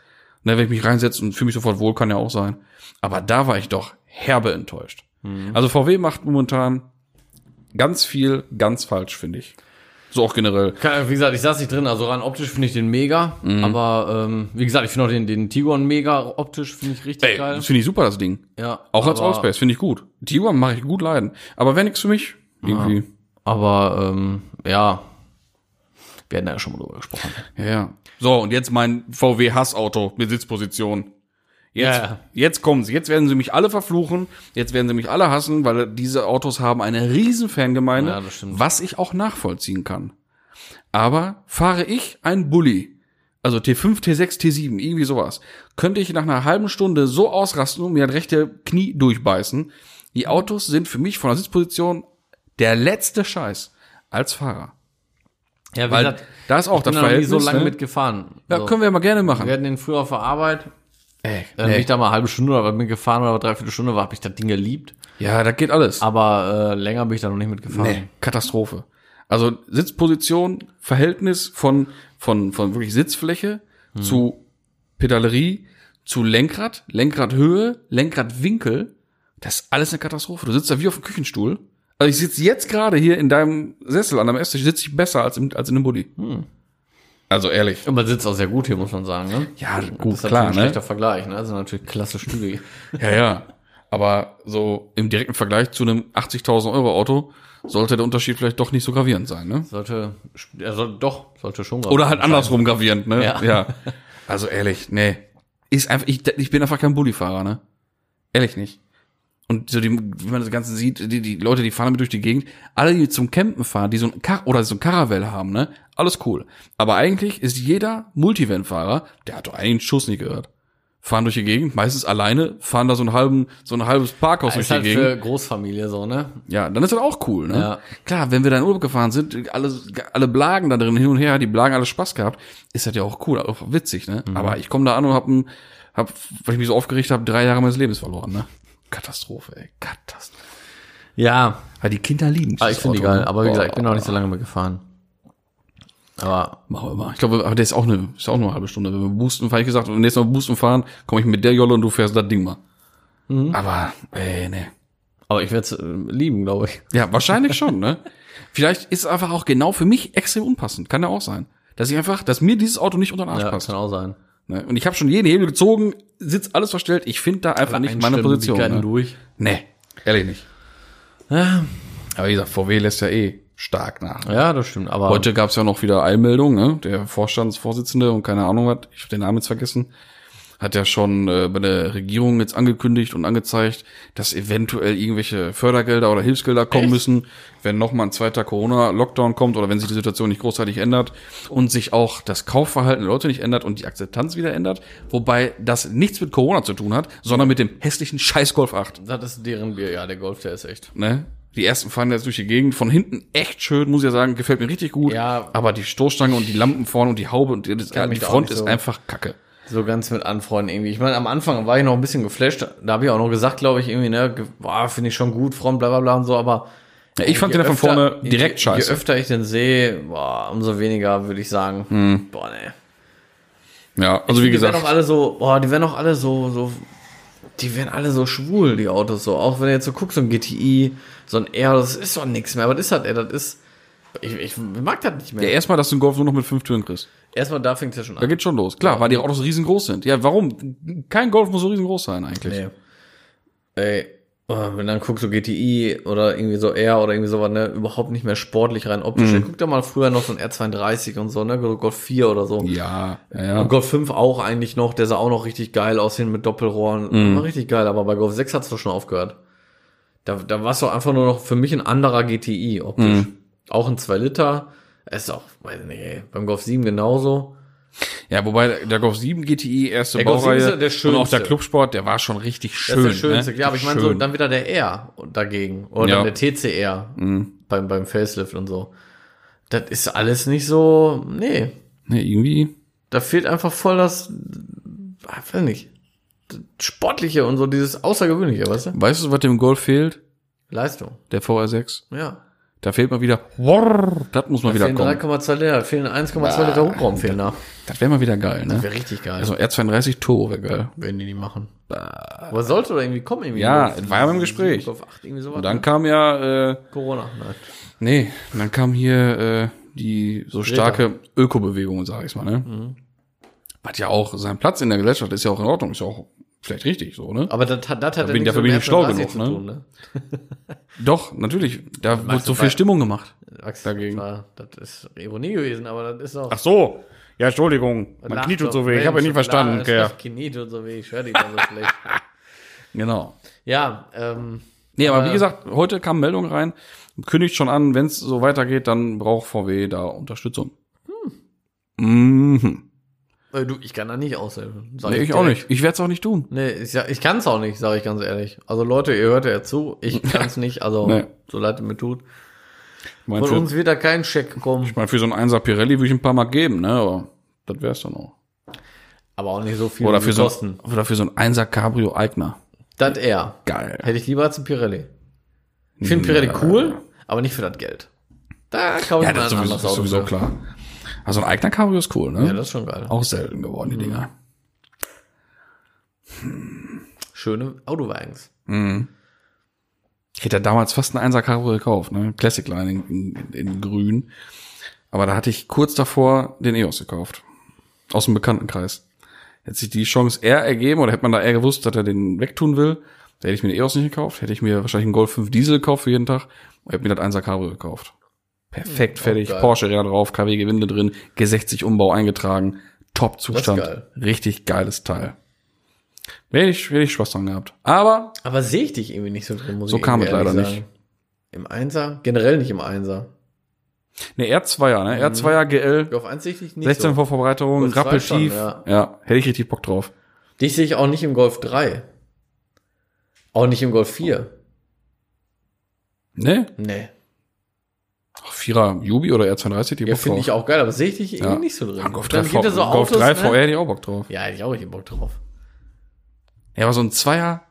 Ne, wenn ich mich reinsetze und fühle mich sofort wohl, kann ja auch sein. Aber da war ich doch herbe enttäuscht.
Mhm.
Also VW macht momentan ganz viel ganz falsch, finde ich. So auch generell.
Keine- wie gesagt, ich saß nicht drin, also rein optisch finde ich den mega, aber ähm, wie gesagt, ich finde auch den, den Tiguan mega optisch, finde ich richtig
Ey,
geil.
das finde ich super, das Ding.
Ja,
Auch als
aber-
Allspace, finde ich gut. Tiguan mache ich gut leiden. Aber wäre nix für mich. Irgendwie.
Aber ähm, ja, wir hatten ja schon mal drüber gesprochen.
Ja, ja. So, und jetzt mein VW-Hassauto mit Sitzposition. Jetzt,
Ja, ja.
jetzt kommen sie. Jetzt werden sie mich alle verfluchen. Jetzt werden sie mich alle hassen, weil diese Autos haben eine riesen Fangemeinde,
Ja, das stimmt.
was ich auch nachvollziehen kann. Aber fahre ich einen Bulli, also T5, T6, T7, irgendwie sowas, könnte ich nach einer halben Stunde so ausrasten und mir das rechte Knie durchbeißen. Die Autos sind für mich von der Sitzposition der letzte Scheiß als Fahrer.
Ja, wie
Weil
gesagt,
da ist auch
ich bin
das
da noch nie
Verhältnis.
so lange
ne?
mitgefahren.
Ja,
so.
können wir mal gerne machen.
wir hatten den früher auf der Arbeit,
Ey,
dann bin ich da mal eine halbe Stunde oder was mitgefahren oder dreiviertel Stunde, war, habe ich das Ding geliebt,
Ja, da geht alles.
aber äh, länger bin ich da noch nicht mitgefahren.
Nee, Katastrophe. Also Sitzposition, Verhältnis von, von, von wirklich Sitzfläche
Hm.
zu Pedalerie, zu Lenkrad, Lenkradhöhe, Lenkradwinkel. Das ist alles eine Katastrophe. Du sitzt da wie auf dem Küchenstuhl. Also ich sitze jetzt gerade hier in deinem Sessel an deinem Esstisch, sitze ich besser als, im, als in dem Bulli.
Hm.
Also ehrlich.
Und man sitzt auch sehr gut hier, muss man sagen. Ne?
Ja,
Das
gut,
ist natürlich
klar,
ein
ne?
schlechter Vergleich, ne? Das sind natürlich klasse Stühle.
Ja, ja. Aber so im direkten Vergleich zu einem 80.000 Euro Auto sollte der Unterschied vielleicht doch nicht so gravierend sein, ne?
Sollte, ja, soll, doch, sollte schon.
Oder halt andersrum gravierend, ne?
Ja.
Also ehrlich, nee. Ist einfach, ich, ich bin einfach kein Bullifahrer, ne? Ehrlich nicht. Und so die, wie man das Ganze sieht, die, die Leute, die fahren damit durch die Gegend, alle, die zum Campen fahren, die so ein Kar oder so ein Caravelle haben, ne? Alles cool. Aber eigentlich ist jeder Multivan-Fahrer, der hat doch eigentlich einen Schuss nicht gehört. Fahren durch die Gegend, meistens alleine, fahren da so einen halben, so ein halbes Parkhaus durch
Ist
die
halt
Gegend.
für Großfamilie so, ne?
Ja, dann ist das auch cool, ne?
Ja.
Klar, wenn wir da in Urlaub gefahren sind, alle, alle Blagen da drin hin und her, die Blagen alle Spaß gehabt, ist das ja auch cool, auch witzig, ne? Aber ich komme da an und hab, ein, hab, weil ich mich so aufgeregt habe, drei Jahre meines Lebens verloren, ne? Katastrophe, ey. Katastrophe.
Ja,
Aber die Kinder lieben
aber ich finde die geil. Aber wie gesagt, ich bin
auch
noch nicht so lange mehr gefahren. Aber
immer. Ich glaube, aber der ist auch eine, ist auch nur eine halbe Stunde. Wenn wir boosten, fahren, ich gesagt, wenn wir nächstes Mal boosten fahren, komme ich mit der Jolle und du fährst das Ding mal. Aber, ey, ne.
Aber ich werde es lieben, glaube ich.
Ja, wahrscheinlich schon, ne? Vielleicht ist es einfach auch genau für mich extrem unpassend. Kann ja auch sein. Dass ich einfach, dass mir dieses Auto nicht unter den Arsch
Ja,
passt.
kann auch sein.
Ne? Und ich habe schon jeden Hebel gezogen, Sitz alles verstellt. Ich finde da einfach nicht meine Position.
Einstellmöglichkeiten
Ne?
durch.
Nee, ehrlich nicht. Aber wie gesagt, VW lässt ja eh stark nach.
Ja, das stimmt. Aber
Heute gab es ja noch wieder Eilmeldung, ne? Der Vorstandsvorsitzende und keine Ahnung was, ich habe den Namen jetzt vergessen, hat ja schon äh, bei der Regierung jetzt angekündigt und angezeigt, dass eventuell irgendwelche Fördergelder oder Hilfsgelder kommen müssen, wenn nochmal ein zweiter Corona-Lockdown kommt oder wenn sich die Situation nicht großartig ändert und sich auch das Kaufverhalten der Leute nicht ändert und die Akzeptanz wieder ändert, wobei das nichts mit Corona zu tun hat, sondern mit dem hässlichen Scheiß Golf 8.
das ist deren Bier. Ja, der Golf, der ist echt.
Ne? Die ersten fahren jetzt durch die Gegend von hinten echt schön, muss ich ja sagen, gefällt mir richtig gut.
Ja.
Aber die Stoßstange und die Lampen vorne und die Haube und die, die
mich da auch
Front
nicht
ist
so-
einfach Kacke.
So ganz mit anfreunden irgendwie. Ich meine, am Anfang war ich noch ein bisschen geflasht. Da habe ich auch noch gesagt, glaube ich, irgendwie, ne, ge- boah, finde ich schon gut, Front, bla bla bla und so, aber.
Ja, ich fand
je
den da von
öfter-
vorne
je-
direkt scheiße.
Je öfter ich den sehe, boah, umso weniger würde ich sagen. Boah, ne.
ja, Hm. also wie
Die werden auch
gesagt,
alle so, boah, die werden auch alle so, so, die werden alle so schwul, die Autos so. Auch wenn du jetzt so guckst, so ein GTI, so ein R, das ist doch nichts mehr. Aber das ist halt, ey, das ist, ich, ich mag das nicht
ja,
mehr.
erstmal, dass du einen Golf nur noch mit fünf Türen kriegst.
Erstmal da fängt es ja schon
Da
an.
geht schon los. Klar, weil die Autos riesengroß sind. Ja, warum? Kein Golf muss so riesengroß sein eigentlich.
Nee. Ey, oh, wenn dann guckst du GTI oder irgendwie so R oder irgendwie sowas, ne, überhaupt nicht mehr sportlich rein optisch. Ey, Guck doch mal früher noch so ein R32 und so, ne, Golf 4 oder so.
Ja, ja, ja.
Und Golf 5 auch eigentlich noch, der sah auch noch richtig geil aussehen mit Doppelrohren. War richtig geil, aber bei Golf 6 hat's doch schon aufgehört. Da, da war es doch einfach nur noch für mich ein anderer GTI optisch. Auch ein 2 Liter. Ist auch, weiß nicht, ey, beim Golf 7 genauso.
Ja, wobei der Golf 7 GTI, erste
Der Golf 7
Baureihe
ist ja der
und auch
schönste.
der Clubsport, der war schon richtig schön.
Das ist der schönste.
Ne?
Ja, aber ich meine so,
Schön.
dann wieder der R dagegen. Oder
Ja. Mhm.
dann der TCR beim, beim Facelift und so. Das ist alles nicht so, nee.
nee, irgendwie.
Da fehlt einfach voll das, ich weiß nicht, das Sportliche und so dieses Außergewöhnliche, weißt du?
Weißt du, was dem Golf fehlt?
Leistung,
Der VR6.
ja.
Da fehlt mal wieder, Warr, das muss mal wieder
Fehlen
kommen.
3,2 Liter, fehlen 1,2 Liter Hubraum fehlen da.
Das wäre mal wieder geil, ne?
Wäre richtig geil,
Also R32 Turbo wäre geil.
wenn die die machen. Aber sollte doch irgendwie kommen. Irgendwie
Ja,
Auf-
war ja im Gespräch.
Auf 8, irgendwie sowas.
Und dann kam ja, äh,
Corona. Nein.
nee, und dann kam hier äh, die so starke Ökobewegung, sag ich mal, ne?
Mhm.
Hat ja auch seinen Platz in der Gesellschaft, ist ja auch in Ordnung, ist ja auch vielleicht richtig so, ne?
Aber das, hat- das hat ja
bin-
nichts
dafür
mit
bin ich schlau
Nazi
genug,
zu
ne?
tun, ne?
Doch, natürlich, da wurde so viel
war-
Stimmung gemacht.
Axel,
Dagegen.
Das, war, das ist Ironie gewesen, aber das ist auch.
Ach so. Ja, Entschuldigung. Mein
Lach
Knie tut
doch,
so weh. Ich
Mensch,
habe ja nie verstanden.
Lach,
Kerl.
das Knie tut so weh, ich höre dich dann so schlecht.
Genau.
Ja, ähm,
Nee, aber,
Aber-
wie gesagt, heute kam Meldung rein, kündigt schon an, wenn es so weitergeht, dann braucht VW da Unterstützung.
Hm.
Mhm.
äh, du, ich kann da nicht aushelfen. sag
Nee, ich auch
direkt.
nicht. Ich werde es auch nicht tun.
Nee, ich, ja, ich kann es auch nicht, sage ich ganz ehrlich. Also Leute, ihr hört ja zu, ich kann es nicht, also
Nee.
so leid es mir tut.
Mein
Von
Fürth-
uns wird da kein Scheck kommen,
Ich meine, für so einen Einser Pirelli würde ich ein paar Mal geben, ne? Aber das wär's dann auch.
aber auch nicht so viel
Oder
wie
für,
die
so,
kosten.
oder für so ein Einser Cabrio Eigner.
Das er.
Geil.
Hätte ich lieber als ein Pirelli. Ich finde Pirelli cool, aber nicht für das Geld. Da kaufe ich
Ja,
mal
das ist
ein
sowieso,
anderes
das ist
Auto
sowieso
für.
klar. Also ein Eigner Cabrio ist cool, ne?
Ja, das Hm. ist schon geil.
auch selten geworden, die Dinger.
Schöne Autowagens.
Ich hätte ja damals fast einen Einser Cabrio gekauft, ne? Classic Line in, in, in grün. Aber da hatte ich kurz davor den EOS gekauft. Aus dem Bekanntenkreis. Hätte sich die Chance eher ergeben oder hätte man da eher gewusst, dass er den wegtun will, da hätte ich mir den EOS nicht gekauft, hätte ich mir wahrscheinlich einen Golf 5 Diesel gekauft für jeden Tag und hätte mir das 1er Cabrio gekauft. Perfekt, fertig,
Hm, geil.
Porsche-Räder drauf, KW-Gewinde drin, G60-Umbau eingetragen, Top-Zustand.
Das ist geil.
Richtig geiles Teil. Hätte ich, hätte ich Spaß dran gehabt. Aber
Aber sehe ich dich irgendwie nicht so drin, muss
So
ich
kam
irgendwie
es leider
ehrlich sagen. Im Einser? Generell nicht im Einser.
Ne, R2er, ne? R2er GL,
Auf 1 sehe ich dich Mhm. nicht
16
so.
vor Verbreiterung,
Golf zwei
rappeltief.
schon, ja.
ja. hätte ich richtig Bock drauf.
Dich sehe ich auch nicht im Golf 3. Auch nicht im Golf 4.
Ne?
Nee.
Ach, Vierer Jubi oder R32, die
Ja,
Bock
finde
drauf.
ich auch geil, aber sehe ich dich irgendwie
Ja.
nicht so drin.
Ah, Golf 3,
Dann
v
gibt es so
Golf
Autos,
3
ne?
VR hätte ich auch Bock drauf.
Ja, hätte ich auch richtig Bock drauf.
Ja, aber so ein Zweier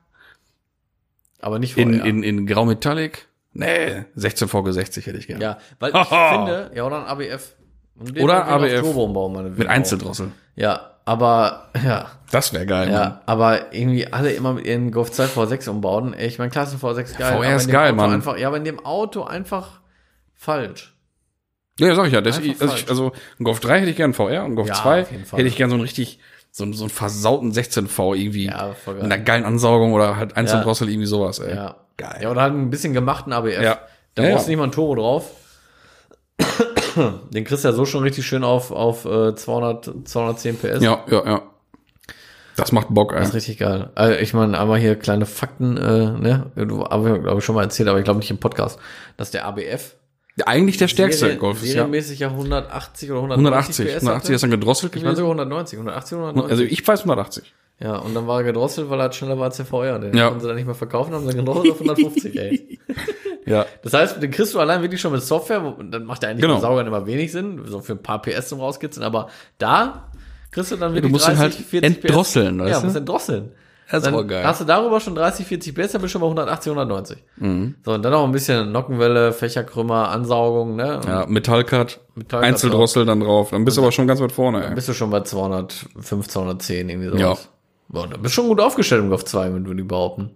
Aber nicht
in,
VR.
in, in Grau Metallic. Nee, 16 VG 60 hätte ich gerne.
Ja, weil ich finde, ja, oder ein ABF. Und den
Oder
auf
ABF.
Turbo umbauen, meine
Mit Einzeldrossel.
Ja, aber, ja,
Das wäre geil. Mann.
ja, aber irgendwie alle immer mit ihren Golf 2 V6 umbauen. Ey, Ich meine, Klassen V6
VR
geil. aber in
ist
dem
geil,
Auto
Mann.
Einfach, ja, aber in dem Auto einfach falsch.
Ja, sag ich ja. Das,
Einfach
also, ich,
falsch.
also ein Golf 3 hätte ich gern VR und Golf
Ja,
2
auf jeden Fall.
hätte ich gern so einen richtig, so, einen- so einen versauten 16V irgendwie.
Ja, voll geil.
Mit einer geilen Ansaugung oder halt Einzeldrossel irgendwie sowas, ey.
Ja.
Geil.
Ja, oder halt ein bisschen gemachten ABF.
Ja.
Da
Ja,
brauchst
ja.
du nicht mal ein Toro drauf. Den kriegst du ja so schon richtig schön auf, auf äh, 200, 210 PS.
Ja, ja, ja. Das macht Bock, ey.
Das ist richtig geil. Also ich meine, einmal hier kleine Fakten, äh, ne? Du habe ich, glaube ich, schon mal erzählt, aber ich glaube nicht im Podcast, dass der ABF
Eigentlich der stärkste
serie-
Golf ist, ja.
serienmäßig ja 180 oder 190
180.
PS
180 ist
hatte.
dann gedrosselt
Ich meine
gewesen.
sogar 190, 180, 190.
Also ich weiß 180.
ja, und dann war er gedrosselt, weil er halt schneller war als der VR. Den
Ja.
konnten sie dann nicht mehr verkaufen, haben sie gedrosselt auf 150, ey.
Ja.
Das heißt, den kriegst du allein wirklich schon mit Software, wo- dann macht der eigentlich
Genau.
mit Saugern immer wenig Sinn, so für ein paar PS zum rauskitzeln, aber da kriegst du dann wirklich
musst ihn
30,
halt
40 PS.
entdrosseln, weißt
ja,
du?
musst entdrosseln.
Das ist
dann
voll geil.
Hast du darüber schon 30, 40 PS, dann bist du schon bei 180, 190.
Mhm.
So, und dann noch ein bisschen Nockenwelle, Fächerkrümmer, Ansaugung, ne? Und
Ja, Metallcut,
Metallcut
Einzeldrossel dann drauf. Dann bist du aber schon ganz weit vorne, ey.
Bist du schon bei 205, 210, irgendwie
Ja.
sowas. Ja. Und da bist du schon gut aufgestellt im Golf 2, würde ich behaupten.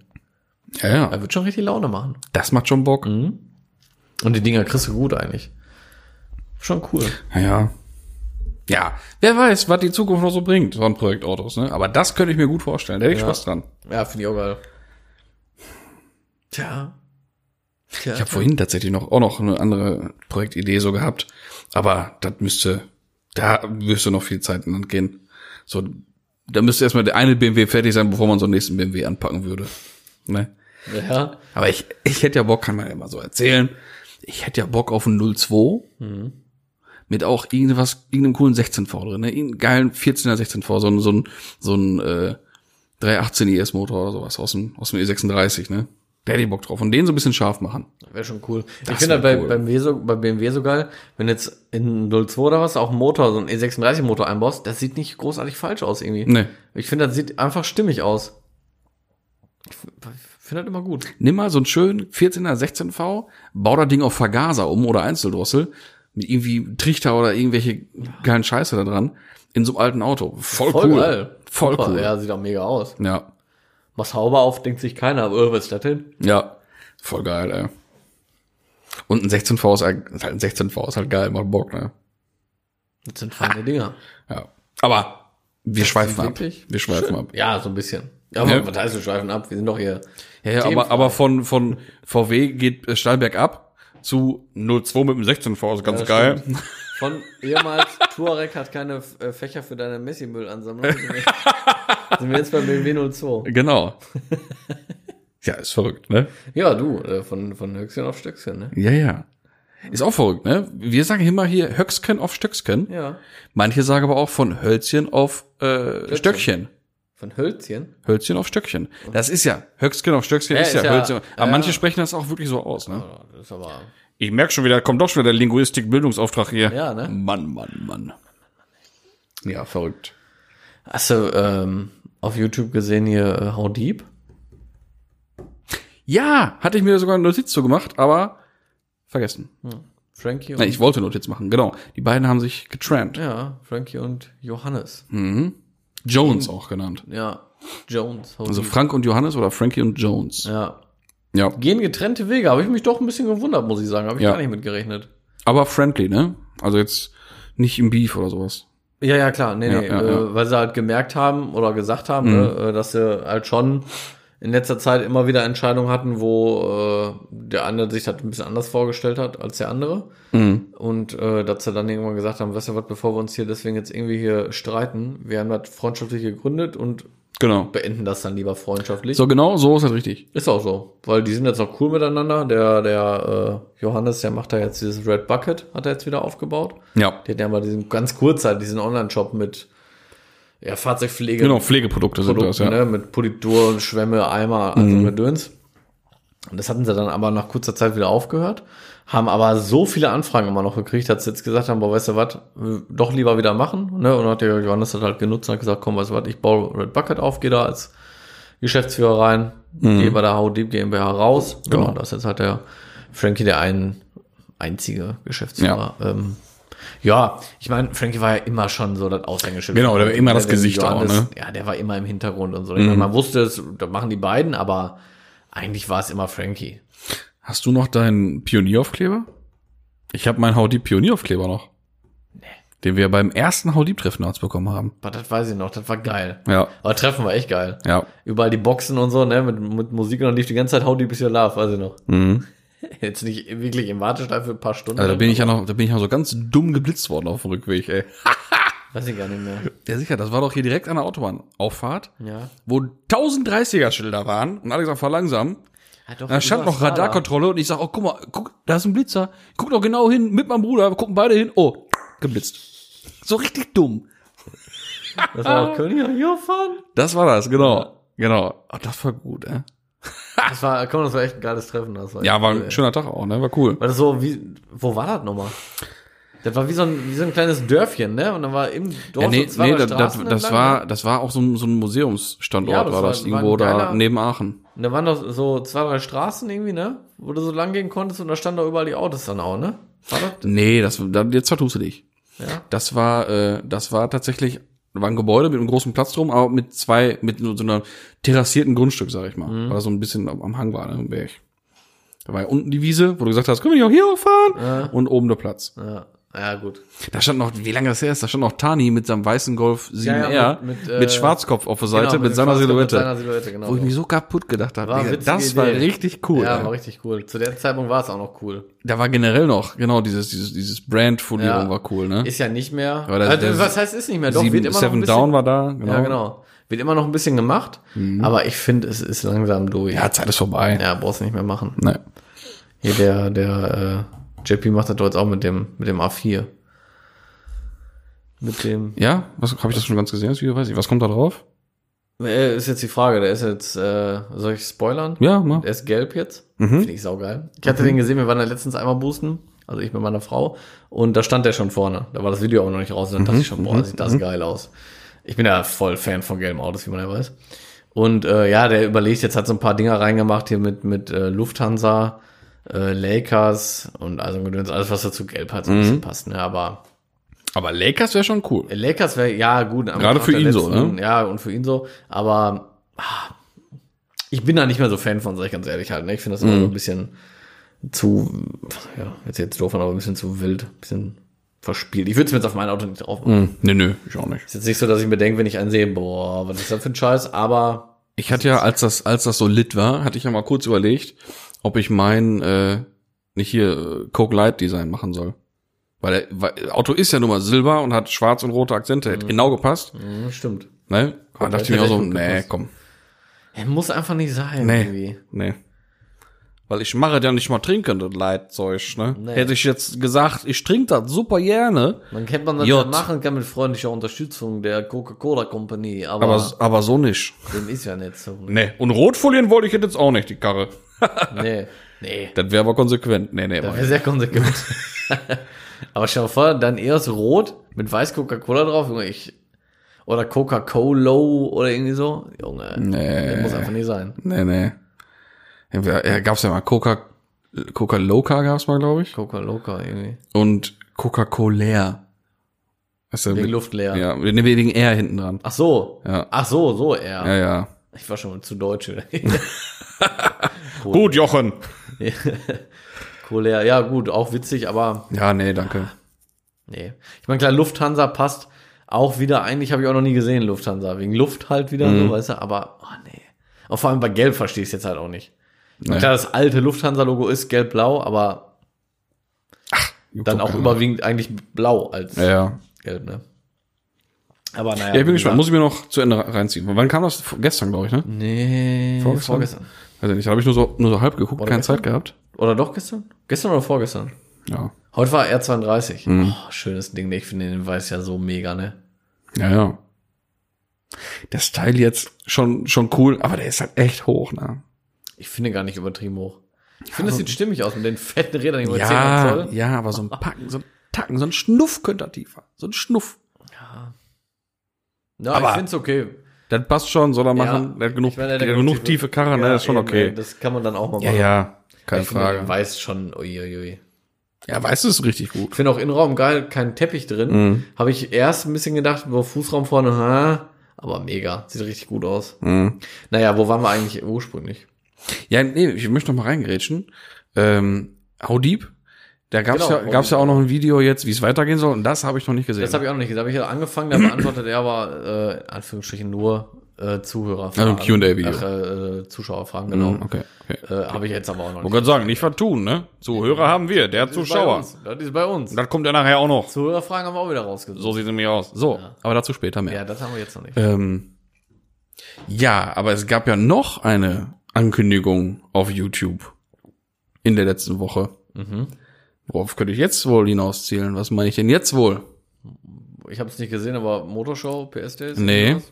Ja,
Da
ja.
wird schon richtig Laune machen.
Das macht schon Bock.
Mhm. Und die Dinger kriegst du gut eigentlich. Schon cool.
Ja. Ja, wer weiß, was die Zukunft noch so bringt von Projektautos, ne? Aber das könnte ich mir gut vorstellen. Da hätte ich Spaß dran.
Ja, finde ich auch geil. Tja. Tja.
Ich habe vorhin tatsächlich noch auch noch eine andere Projektidee so gehabt, aber das müsste da müsste noch viel Zeit in Land gehen. So da müsste erstmal der eine BMW fertig sein, bevor man so einen nächsten BMW anpacken würde. Ne?
ja.
Aber ich, ich hätte ja Bock, kann man ja immer so erzählen. Ich hätte ja Bock auf einen 02 mit auch irgendwas, irgendeinem coolen 16V drin, ne? Irgendeinen geilen 14er 16V, so ein, so ein, so ein äh, 318 IS Motor oder sowas aus dem, aus dem E36, ne? Da hätte ich Bock drauf. Und den so ein bisschen scharf machen.
Wäre schon cool. ich
Das
finde halt
wär
bei,
cool.
beim w so, bei BMW so geil, wenn jetzt in 02 oder was auch einen Motor, so einen E36-Motor einbaust, das sieht nicht großartig falsch aus irgendwie.
Nee.
Ich finde, das sieht einfach stimmig aus. Ich f- finde das immer gut.
Nimm mal so einen schönen 14er 16V, bau das Ding auf Vergaser um oder Einzeldrossel mit irgendwie Trichter oder irgendwelche geilen Scheiße da dran in so einem alten Auto. Voll, cool.
geil.
Voll
Super.
cool.
Ja, sieht auch mega aus.
ja.
Was Haube auf, denkt sich keiner, aber äh, was ist das denn?
Ja, voll geil, ey. Und ein 16V ist halt, ist halt ein 16V ist halt geil, macht Bock, ne?
Das sind feine Dinger.
Ja. Aber wir schweifen ab.
wirklich
Wir schweifen ab.
Ja, so ein bisschen. Aber
Ja.
was heißt, wir schweifen ab? Wir sind doch hier.
Ja, ja aber, aber von, von VW geht äh, steil bergab zu 02 mit dem 16V ist ganz
Ja,
geil.
Von ehemals Touareg hat keine äh, Fächer für deine Messimüllansammlung. Sind wir- sind wir jetzt bei BMW 02.
Genau. ja, ist verrückt, ne?
Ja, du, äh, von, von Höchstchen auf Stöckchen, ne?
Ja, ja. Ist auch verrückt, ne? Wir sagen immer hier Höcksken auf Stöcksken.
Ja.
Manche sagen aber auch von Hölzchen auf äh, Stöckchen.
Von Hölzchen?
Hölzchen auf Stöckchen. Das ist ja, Höchstgen auf Stöckchen
Ja,
ist ja,
ist ja-
Hölzchen. Aber
ja.
manche sprechen das auch wirklich so aus, ne?
Ja, Das ist aber.
Ich merke schon wieder, kommt doch schon wieder der Linguistik-Bildungsauftrag hier.
Ja, ne?
Mann, Mann, Mann. Ja, verrückt.
Hast du ähm, auf YouTube gesehen hier äh, How Deep?
Ja, hatte ich mir sogar eine Notiz zu gemacht, aber vergessen.
Frankie und.
Nein, ich wollte Notiz machen, genau. Die beiden haben sich getrennt.
ja, Frankie und Johannes.
Hm. Jones auch genannt.
Ja. Jones. How
Also Frank und Johannes oder Frankie und Jones.
ja.
Ja.
Gehen getrennte Wege, habe ich mich doch ein bisschen gewundert, muss ich sagen. Habe ich
Ja.
gar nicht mitgerechnet.
Aber friendly, ne? Also jetzt nicht im Beef oder sowas.
Ja, ja, klar. Nee,
Ja,
nee,
ja,
äh,
ja. Mhm.
weil sie halt gemerkt haben oder gesagt haben, ne, äh, dass sie halt schon in letzter Zeit immer wieder Entscheidungen hatten, wo äh, der eine sich das ein bisschen anders vorgestellt hat als der andere.
Mhm.
Und äh, dass sie dann irgendwann gesagt haben, weißt du was, bevor wir uns hier deswegen jetzt irgendwie hier streiten, wir haben das freundschaftlich gegründet und
Genau.
beenden das dann lieber freundschaftlich.
So genau, so ist das richtig.
Ist auch so, weil die sind jetzt noch cool miteinander. Der, der äh, Johannes, der macht da jetzt dieses Red Bucket, hat er jetzt wieder aufgebaut.
Ja.
Die hatten ja mal diesen ganz kurzzeitig diesen Online-Shop mit ja, Fahrzeugpflege,
Genau, Pflegeprodukte sind das,
Produkten,
ja. Mhm.
ne, mit Politur und Schwämme, Eimer, also Gedöns. Und das hatten sie dann aber nach kurzer Zeit wieder aufgehört, haben aber so viele Anfragen immer noch gekriegt, dass sie jetzt gesagt haben, boah, weißt du was, äh, doch lieber wieder machen. Ne? Und dann hat der Johannes das halt genutzt und hat gesagt, komm, weißt du was, ich baue Red Bucket auf, gehe da als
Mhm.
Geschäftsführer rein, gehe bei der How Deep GmbH raus. Genau, das ist jetzt halt der Frankie der ein, einzige Geschäftsführer. Ja, ähm, ja ich meine, Frankie war ja immer schon so das Aushängeschild.
Genau, der war immer das
Der- der
Gesicht auch,
Johannes,
ne? Mhm.
Ja, der war immer im Hintergrund und so. Ich meine, man wusste es, da machen die beiden, aber eigentlich war es immer Frankie.
Hast du noch deinen Pionieraufkleber? Ich habe meinen Haudib Pionieraufkleber noch. Den wir beim ersten Haudib-Treffen damals bekommen haben.
Aber das weiß ich noch, das war geil.
Ja.
Aber Treffen war echt geil.
Ja.
Überall die Boxen und so, ne, mit, mit Musik und dann lief die ganze Zeit How Deep Is Your Love, weiß ich noch.
Mhm.
Jetzt nicht wirklich im Warteschleif für ein paar Stunden.
Also da bin ich ja noch, da bin ich noch so ganz dumm geblitzt worden auf dem Rückweg, ey.
Weiß ich gar nicht mehr.
Ja, sicher, das war doch hier direkt an der Autobahnauffahrt,
Ja.
wo 1030er Schilder waren und alle gesagt, fahr langsam.
Ah, doch,
Da stand
Uwe
noch
Sala.
Radarkontrolle und ich sag, oh, guck mal, guck, da ist ein Blitzer. Ich Guck doch genau hin, mit meinem Bruder, wir gucken beide hin. Oh, geblitzt. So richtig dumm.
Das war auch König und Jofan.
Das war das, genau. Genau. Oh, das war gut,
äh.
ey.
Das war, komm, das war echt ein geiles Treffen. Das war
Ja,
echt
war
cool,
ein
ey.
schöner Tag auch, ne? War cool.
Äh. War das so, wie, wo war das nochmal? Das war wie so ein, wie so ein kleines Dörfchen, ne? Und dann war im Dorf
Ja, nee,
so zwei,
nee
drei
das, das,
Straßen
das,
entlang, ne?
war, das war auch so ein, so ein Museumsstandort,
Ja, das
war,
war-
das
war
irgendwo
ein
da
geiler-
neben Aachen.
Und da waren doch so zwei, drei Straßen irgendwie, ne? Wo du so lang gehen konntest und da standen da überall die Autos dann auch, ne? War das?
Nee, das, da, jetzt vertust du dich.
Ja.
Das war, äh, das war tatsächlich, war ein Gebäude mit einem großen Platz drum, aber mit zwei, mit so so einer terrassierten Grundstück, sag ich mal.
Mhm.
Weil das so ein bisschen am, am Hang war, ne, am Berg. Da war ja unten die Wiese, wo du gesagt hast, können wir nicht auch hier hochfahren? Und oben der Platz.
Ja, ja gut.
Da stand noch, wie lange das her ist, da stand noch Tani mit seinem weißen Golf 7R,
Ja, ja,
mit,
mit- mit, äh,
Schwarzkopf auf der Seite,
Genau,
mit,
dem
seiner
Schwarzkopf,
Silhouette.
Mit seiner Silhouette, genau.
wo ich
so.
mich so kaputt gedacht habe,
War
Digga,
witzige
das war
Idee.
richtig cool.
Ja,
ey.
war richtig cool. Zu der Zeitpunkt war es auch noch cool.
da war generell noch, genau, dieses, dieses, dieses Brand-Folierung
Ja.
war cool, ne?
Ist ja nicht mehr.
Aber das-
also,
das-
was heißt ist nicht mehr? Doch,
Sieben-
wird immer noch
Seven
ein bisschen,
Down war da, genau. Mhm.
Ja, genau. Wird immer noch ein bisschen gemacht, aber ich finde, es ist langsam durch.
Ja, Zeit ist vorbei.
Ja, brauchst du nicht mehr machen.
Nee.
Hier, der, der, äh, JP macht das doch jetzt auch mit dem, mit dem A4. Mit dem,
Ja, was habe ich das schon ganz gesehen, das Video? Weiß ich. Was kommt da drauf?
äh, ist jetzt die Frage, der ist jetzt, äh, soll ich spoilern?
Ja, mal.
Der ist gelb jetzt. Finde ich saugeil. Ich hatte den gesehen, wir waren da letztens einmal boosten. Also ich mit meiner Frau. Und da stand der schon vorne. Da war das Video aber noch nicht raus. Und dann dachte ich schon, boah, sieht das geil aus. Ich bin ja voll Fan von gelben Autos, wie man ja weiß. Und äh, ja, der überlegt, jetzt hat so ein paar Dinger reingemacht hier mit, mit äh, Lufthansa, äh, Lakers und also Gedöns, alles, was dazu gelb hat, so ein bisschen passt. Ne? Aber
Aber Lakers wäre schon cool.
Lakers wäre, ja, gut. am-
Gerade
nach
für
der
ihn so, ne?
letzten- Ja, und für ihn so. Aber ah, ich bin da nicht mehr so Fan von, sag ich ganz ehrlich halt. Ne? Ich finde das immer
Mhm.
so ein bisschen zu, ja, jetzt jetzt doof, an, aber ein bisschen zu wild, ein bisschen verspielt. Ich würde es mir jetzt auf mein Auto nicht drauf machen.
Hm, nee, nee, ich auch nicht.
Ist jetzt nicht so, dass ich mir denke, wenn ich einen sehe, boah, was ist das für ein Scheiß, aber
Ich hatte ja, als das, als das so lit war, hatte ich ja mal kurz überlegt, ob ich mein, äh, nicht hier, äh, Coke Light Design machen soll. Weil der weil, Auto ist ja nun mal silber und hat schwarz und rote Akzente. Hätte genau gepasst.
hm, stimmt.
Ne? Aber dachte ich mir
Light
auch so,
hätte echt gut
nee,
gepasst.
komm.
Er muss einfach nicht sein,
Nee.
irgendwie.
Nee. Weil ich mache das ja nicht mal trinken, das Leitzeug, ne?
Nee.
Hätte ich jetzt gesagt, ich trinke das super gerne,
Man kennt man das
J.
ja machen kann mit freundlicher Unterstützung der Coca-Cola Company, aber,
aber, aber so nicht.
dem ist ja nicht so.
Nee. Und Rotfolien wollte ich jetzt auch nicht, die Karre.
Nee, nee.
Das wäre aber konsequent. Nee, nee,
Das
mach
wäre
ich.
sehr konsequent. Aber stell dir mal vor, dann eher ist rot mit weiß Coca-Cola drauf, Junge, ich. Oder Coca-Cola oder irgendwie so. Junge,
Nee.
das muss einfach nicht sein.
Nee, nee. Ja, ja, gab's ja mal Coca, Coca Loca gab's mal, glaube ich.
Coca-Cola irgendwie.
Und Coca-Cola. Weißt du,
Wegen
mit-
Luft leer.
Ja, nee, wegen R hinten dran.
Ach so.
Ja.
Ach so, so eher.
Ja, ja.
Ich war schon zu deutsch wieder.
Gut, Jochen.
Cola, ja gut, auch witzig, aber
Ja, nee, danke.
nee. Ich meine, klar, Lufthansa passt auch wieder. Eigentlich habe ich auch noch nie gesehen, Lufthansa. Wegen Luft halt wieder,
Mhm.
so, weißt du, aber oh nee. Und vor allem bei Gelb verstehe ich es jetzt halt auch nicht.
Nee.
Klar, das alte Lufthansa-Logo ist gelb-blau, aber dann auch überwiegend eigentlich blau als
Ja, ja.
gelb, ne? Aber
Ja,
naja.
ich bin
wie
gespannt.
gesagt-
Muss ich mir noch zu Ende reinziehen. Wann kam das? Gestern, glaube ich,
Mhm.
ne?
Nee,
Vorgestern?
vorgestern?
Also nicht, da habe ich nur so, nur so halb geguckt, keine
gestern?
Zeit gehabt.
Oder doch gestern? Gestern oder vorgestern?
Ja.
Heute war R32.
Mhm.
Oh, schönes Ding, ne? ich finde den Weiß ja so mega, ne?
Ja, ja. Der Style jetzt schon, schon cool, aber der ist halt echt hoch, ne?
Ich finde gar nicht übertrieben hoch. Ich finde, es sieht stimmig aus mit den fetten Rädern, die man
Ja,
Zoll.
ja, aber so ein Packen, so ein Tacken, so ein Schnuff könnte er tiefer. So ein Schnuff.
Ja,
Aber-
ich finde es okay.
Das passt schon, soll er machen.
Ja.
der hat genug,
Ich meine,
der hat genug tiefe Karre, ne?
Ja,
Das ist schon
eben,
okay.
ey, Das kann man dann auch mal
ja, ja. Keine
Ich finde,
Frage.
Weiß schon, uiuiui.
Ja, weiß ist richtig gut.
Ich finde auch Innenraum geil, kein Teppich
Mhm.
drin. Habe ich erst ein bisschen gedacht, wo Fußraum vorne, ha, aber mega. Sieht richtig gut aus. Naja, wo waren wir eigentlich ursprünglich?
Mhm. Ja, nee, ich möchte noch mal reingrätschen. Ähm, How Deep? Da gab's
Genau,
ja, gab's ja auch noch ein Video jetzt, wie es weitergehen soll, und das habe ich noch nicht gesehen.
Das habe ich auch noch nicht gesagt. Hab Ich habe angefangen, da beantwortet er aber äh, in Anführungsstrichen nur äh, Zuhörerfragen.
Also ein Q&A-Video.
Ach, äh, äh, Zuschauerfragen, genau.
Hm, okay, okay.
Äh, habe ich jetzt aber
Oh
auch noch
Wollte gerade sagen, nicht vertun, ne? Zuhörer haben wir, der hat Zuschauer.
Das ist bei uns. Das ist bei uns.
Und das kommt ja nachher auch noch.
Zuhörerfragen haben wir auch wieder rausgesucht.
So sieht es nämlich aus.
So, aber dazu später mehr.
Ja, das haben wir jetzt noch nicht.
Ähm, ja, aber es gab ja noch eine Ankündigung auf YouTube in der letzten Woche.
Mhm.
Worauf könnte ich jetzt wohl hinauszielen? Was meine ich denn jetzt wohl?
Ich habe es nicht gesehen, aber Motorshow, PS Days?
Nee.
irgendwas?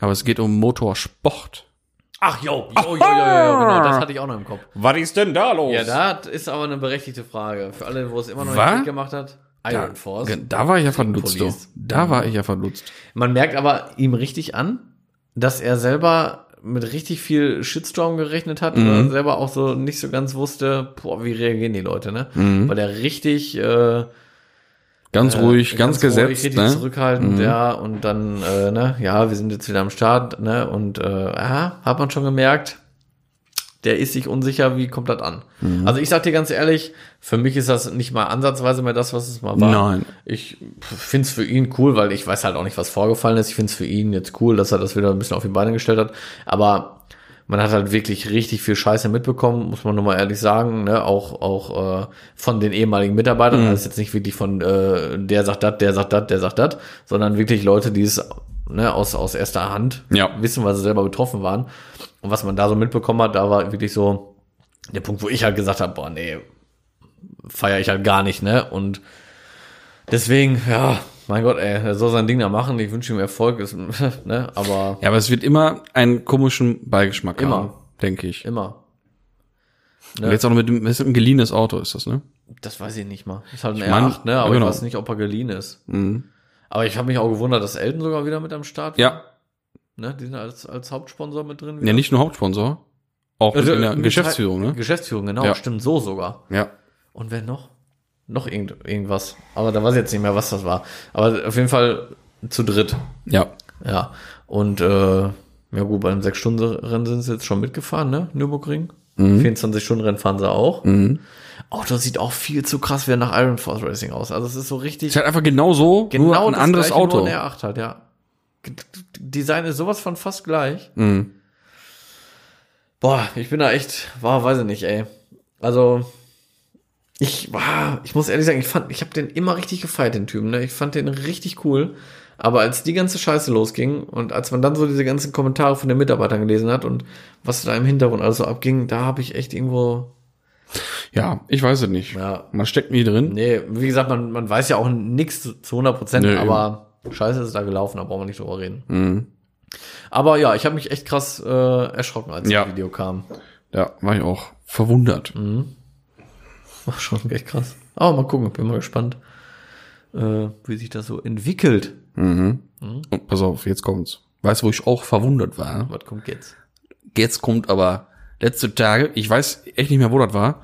Aber es geht um Motorsport.
Ach, jo, jo, jo, jo, jo, genau, das hatte ich auch noch im Kopf.
Was ist denn da los?
Ja, das ist aber eine berechtigte Frage. Für alle, wo es immer noch
Was?
nicht mitgemacht hat. Iron Force.
Da war ich ja verdutzt. du.
Police.
Da war ich ja verdutzt.
Man merkt aber ihm richtig an, dass er selber mit richtig viel Shitstorm gerechnet hat
Mhm.
oder selber auch so nicht so ganz wusste, boah, wie reagieren die Leute, ne?
Mhm.
Weil er richtig äh,
Ganz ruhig,
äh,
ganz,
ruhig,
gesetzt.
richtig
ne?
zurückhaltend, ja, und dann, äh, ne, ja, wir sind jetzt wieder am Start, ne, und, äh, aha, hat man schon gemerkt, der ist sich unsicher, wie kommt das an?
Mhm.
Also ich sag dir ganz ehrlich, für mich ist das nicht mal ansatzweise mehr das, was es mal war.
Nein.
Ich find's für ihn cool, weil ich weiß halt auch nicht, was vorgefallen ist. Ich find's für ihn jetzt cool, dass er das wieder ein bisschen auf die Beine gestellt hat, aber man hat halt wirklich richtig viel Scheiße mitbekommen, muss man nur mal ehrlich sagen, ne? auch auch äh, von den ehemaligen Mitarbeitern, das ist jetzt nicht wirklich von äh, der sagt das, der sagt das, der sagt das, sondern wirklich Leute, die es ne, aus aus erster Hand
Ja.
wissen, weil sie selber betroffen waren und was man da so mitbekommen hat, da war wirklich so der Punkt, wo ich halt gesagt habe, boah nee, feiere ich halt gar nicht, ne und deswegen ja, mein Gott, ey, er soll sein Ding da machen, ich wünsche ihm Erfolg, ist, ne, aber
Ja, aber es wird immer einen komischen Beigeschmack
Immer.
haben, denke ich.
immer
Und jetzt auch noch mit dem, mit dem geliehenes Auto ist das, ne?
Das weiß ich nicht mal. Ist halt ein
Ich mein,
R8, ne? Aber
ja, genau.
ich weiß nicht, ob er geliehen ist. Aber ich habe mich auch gewundert, dass Elton sogar wieder mit am Start war.
Ja,
Ne? Die sind als, als Hauptsponsor mit drin.
ja nicht nur Hauptsponsor, auch mit
Also,
in der
mit
Geschäftsführung,
Teil-
ne?
Geschäftsführung, genau.
Ja.
Stimmt, so sogar.
Ja.
Und wer noch? Noch irgend, irgendwas. Aber da weiß ich jetzt nicht mehr, was das war. Aber auf jeden Fall zu dritt.
Ja.
Ja. Und äh, ja gut, bei einem 6-Stunden-Rennen sind sie jetzt schon mitgefahren, ne? Nürburgring.
Mhm.
24-Stunden-Rennen fahren sie auch. Auto sieht auch viel zu krass wieder nach Iron Force Racing aus. Also es ist so richtig.
Ist halt einfach genau so, nur ein
das
anderes
gleiche,
Auto.
Nur ein R8 halt, ja. G- d- Design ist sowas von fast gleich.
Mhm.
Boah, ich bin da echt, war, weiß ich nicht, ey. Also, ich war, ich muss ehrlich sagen, ich fand, ich habe den immer richtig gefeiert, den Typen, ne? Ich fand den richtig cool. Aber als die ganze Scheiße losging und als man dann so diese ganzen Kommentare von den Mitarbeitern gelesen hat und was da im Hintergrund alles so abging, da habe ich echt irgendwo,
Ja, ich weiß es nicht.
ja,
Man steckt nie drin.
nee, wie gesagt, man, man weiß ja auch nichts zu zu 100 Prozent,
Nee,
aber Scheiße ist da gelaufen, da brauchen wir nicht drüber reden.
Mhm.
Aber ja, ich habe mich echt krass äh, erschrocken, als
Ja.
das Video kam.
Ja, war ich auch verwundert.
War Mhm. Oh, schon echt krass. Aber mal gucken, bin mal gespannt, äh, wie sich das so entwickelt. Mhm.
Mhm. Und pass auf, jetzt kommt's. Weißt du, wo ich auch verwundert war?
Was kommt jetzt?
Jetzt kommt aber letzte Tage, ich weiß echt nicht mehr, wo das war,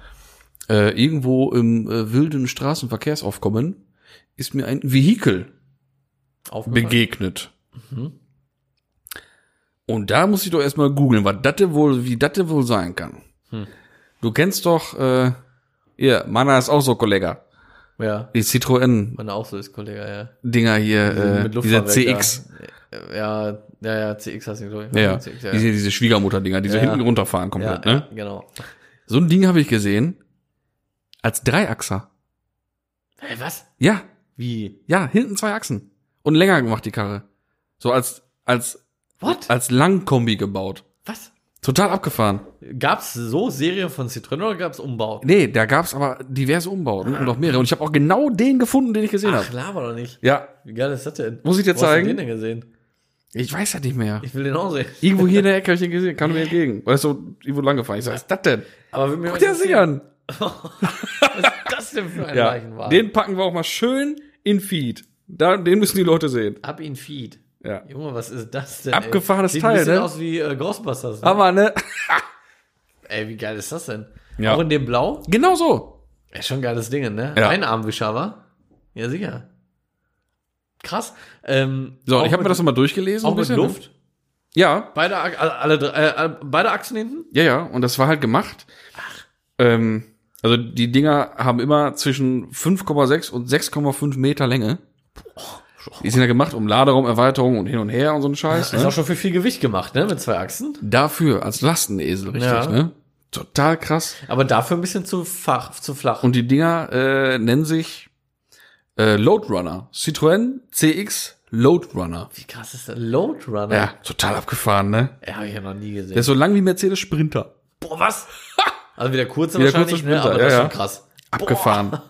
äh, irgendwo im äh, wilden Straßenverkehrsaufkommen ist mir ein Vehikel
Aufgefallen? Mhm.
begegnet. Und da muss ich doch erstmal googeln, was das denn wohl, wie das denn wohl sein kann.
Hm.
Du kennst doch, äh, ihr, Mana ist auch so Kollege.
Ja,
Die Citroën
meine auch so ist, Kollege, ja.
Dinger hier, äh,
Mit
diese
Luftfahrwerk
CX,
da. Ja, ja, ja, CX hast du nicht so.
ja, ja.
CX, ja.
diese, diese Schwiegermutter-Dinger, die so
Ja.
hinten runterfahren
ja,
komplett,
ja,
ne?
genau.
So ein Ding habe ich gesehen als Dreiachser.
Hey, was?
Ja,
Wie?
ja, hinten zwei Achsen und länger gemacht die Karre. So als als
What?
als Langkombi gebaut.
Was?
Total abgefahren.
Gab's so Serien von Citroën oder gab's Umbauten?
Nee, da gab's aber diverse Umbauten und noch mehrere. Und ich habe auch genau den gefunden, den ich gesehen
Ach,
habe.
laber doch nicht.
Ja,
Wie geil ist das denn?
Muss ich dir
Wo hast du
zeigen?
den denn gesehen?
ich weiß das nicht mehr.
Ich will den auch sehen.
Irgendwo hier in der Ecke habe ich den gesehen, kam mir entgegen. Weil ich so irgendwo lang gefahren. Ich sag, was ist das denn?
Aber wenn mir
Guck dir das Ding an.
was das denn für ein
Ja,
Leichenwagen?
den packen wir auch mal schön in Feed. Da, den müssen die Leute sehen.
Ab in Feed.
Ja.
Junge, was ist das denn?
Abgefahrenes
ey? Sieht
Teil,
ein bisschen
ne?
aus wie äh, Ghostbusters. Ne?
Aber ne?
Ey, wie geil ist das denn?
Ja.
Auch in dem Blau?
Genau so.
Ist schon ein geiles Ding, ne?
Ja.
Einarmwischer, wa? Ja, sicher. Krass. Ähm,
So,
auch
ich habe mir
mit-
das nochmal durchgelesen.
auch
ein
mit
bisschen,
Luft.
Ne? Ja,
Beide, Ach- alle, alle, drei- äh, alle, beide Achsen hinten?
ja, ja. Und das war halt gemacht. Ähm, also die Dinger haben immer zwischen 5,6 und 6,5 Meter Länge. Die sind ja gemacht um Laderaumerweiterung und hin und her und so ein Scheiß.
Ist
ne?
auch schon für viel Gewicht gemacht, ne? Mit zwei Achsen.
Dafür als Lastenesel, richtig,
Ja.
ne? Total krass.
Aber dafür ein bisschen zu, fach, zu flach.
Und die Dinger äh, nennen sich äh, Loadrunner. Citroën CX Loadrunner.
Wie krass ist der Loadrunner?
Ja, total abgefahren, ne?
Ja, habe ich ja noch nie gesehen.
Der ist so lang wie Mercedes Sprinter.
Boah, was? Also wieder kurze
Wieder
wahrscheinlich,
kurze
ne? aber
Sprinter,
das
ja,
ist
ja.
schon krass.
Abgefahren.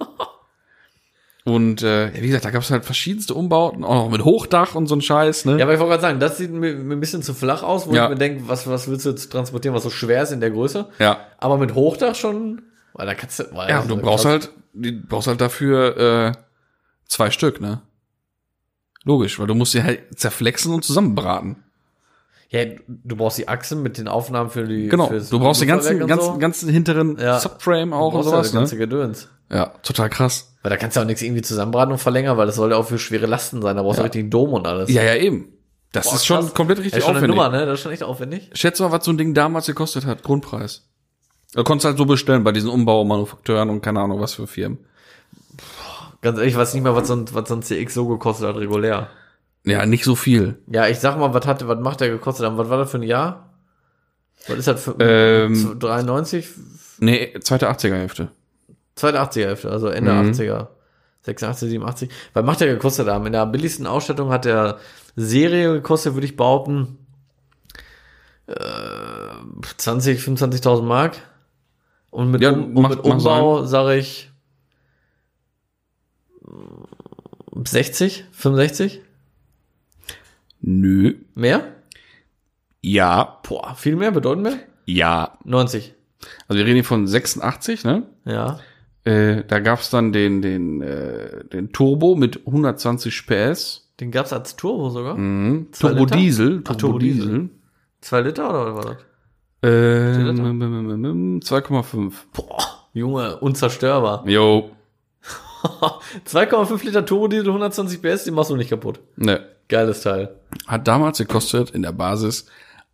Und äh, ja, wie gesagt, da gab es halt verschiedenste Umbauten, auch noch mit Hochdach und so ein Scheiß, ne?
Ja, aber ich wollte gerade sagen, das sieht mir, mir ein bisschen zu flach aus, wo
Ja.
ich mir denke, was, was willst du jetzt transportieren, was so schwer ist in der Größe?
Ja.
Aber mit Hochdach schon, weil da kannst du. Weil also
Ja,
das
und du
ist
brauchst
krass.
halt, du brauchst halt dafür äh, zwei Stück, ne? Logisch, weil du musst sie halt zerflexen und zusammenbraten.
Ja, du brauchst die Achsen mit den Aufnahmen für die.
Genau,
fürs
du brauchst den ganzen,
Motorwerk und
ganzen, ganzen hinteren
Ja.
Subframe auch
Du
und
brauchst
sowas.
ja das ganze
ne?
Gedöns.
ja, total krass.
Weil da kannst du auch nichts irgendwie zusammenbraten und verlängern, weil das soll ja auch für schwere Lasten sein. Da brauchst du richtig einen Dom und alles.
Ja, ja, eben. Das
Boah,
ist schon
krass.
komplett
das
richtig
ist schon eine
aufwendig.
Nummer, ne? Das ist schon echt aufwendig.
Schätze mal, was so ein Ding damals gekostet hat, Grundpreis. Du konntest halt so bestellen bei diesen Umbaumanufakteuren und keine Ahnung was für Firmen.
Ganz ehrlich, ich weiß nicht mal, was so ein, was so ein CX so gekostet hat, regulär.
Ja, nicht so viel.
Ja, ich sag mal, was hat, was macht der gekostet? haben? Was war das für ein Jahr? Was ist das für
Ähm.
93?
Nee, zweite 80er Hälfte.
82er Hälfte, also Ende
Mhm.
80er. 86, 87. Was macht der gekostet haben? In der billigsten Ausstattung hat der Serie gekostet, würde ich behaupten, äh, 20, 25.000 Mark. Und mit,
Ja,
um, und
macht-
mit
mag
Umbau sage ich mm, 60, 65?
Nö.
Mehr?
Ja.
Boah, viel mehr, bedeutend mehr?
Ja.
90.
Also wir reden hier von 86, ne?
Ja.
Äh, da gab's dann den, den, äh, den Turbo mit 120 PS.
Den gab's als Turbo sogar.
Mhm.
Zwei
Turbo
Liter?
Diesel.
Ach,
Turbo
Turbo Diesel.
Diesel.
Zwei Liter oder was war das?
Ähm, mm, mm, mm, mm, 2,5.
Boah, Junge, unzerstörbar.
Jo.
2,5 Liter Turbodiesel, 120 PS, den machst du nicht kaputt.
Ne.
Geiles Teil.
Hat damals gekostet in der Basis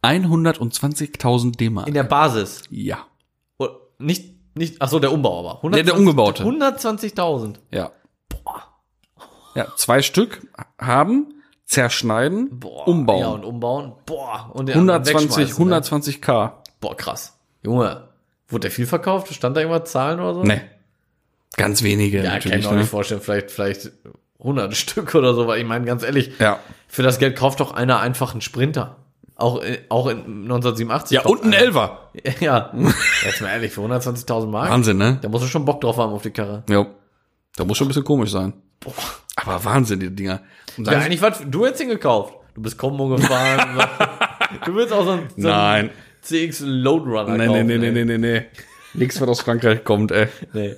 120.000 D-Mark.
In der Basis.
Ja.
Und Oh, Nicht, nicht, ach so, der Umbau aber.
Der- der umgebaute.
120.000.
Ja. Ja, zwei Stück haben, zerschneiden,
Boah.
umbauen.
Ja, und umbauen. Boah. Und den anderen
120,
wegschmeißen, ne?
120k.
Boah, krass. Junge, wurde der viel verkauft? Stand da irgendwas Zahlen oder so?
Ne. Ganz wenige
Ja, kann ich
natürlich.
mir auch nicht
Ne?
vorstellen. Vielleicht, vielleicht 100 Stück oder so, weil ich meine, ganz ehrlich,
Ja.
Für das Geld kauft doch einer einfach einen Sprinter. Auch, in- auch in 1987.
Ja, und ein Elfer.
Elf. Ja. Jetzt mal ehrlich, für 120.000 Mark.
Wahnsinn, ne?
Da musst du schon Bock drauf haben auf die Karre.
Jo. Da muss schon ein bisschen komisch sein. Aber Wahnsinn, die Dinger. Und
Ja,
dann-
eigentlich, was, du hättest ihn gekauft. Du bist Combo gefahren. du willst auch so einen, so einen
Nein.
CX Loadrunner
Nee, nee,
kaufen.
nee, nee, nee, nee, nee. Nix, was aus Frankreich kommt, ey.
nee. nee.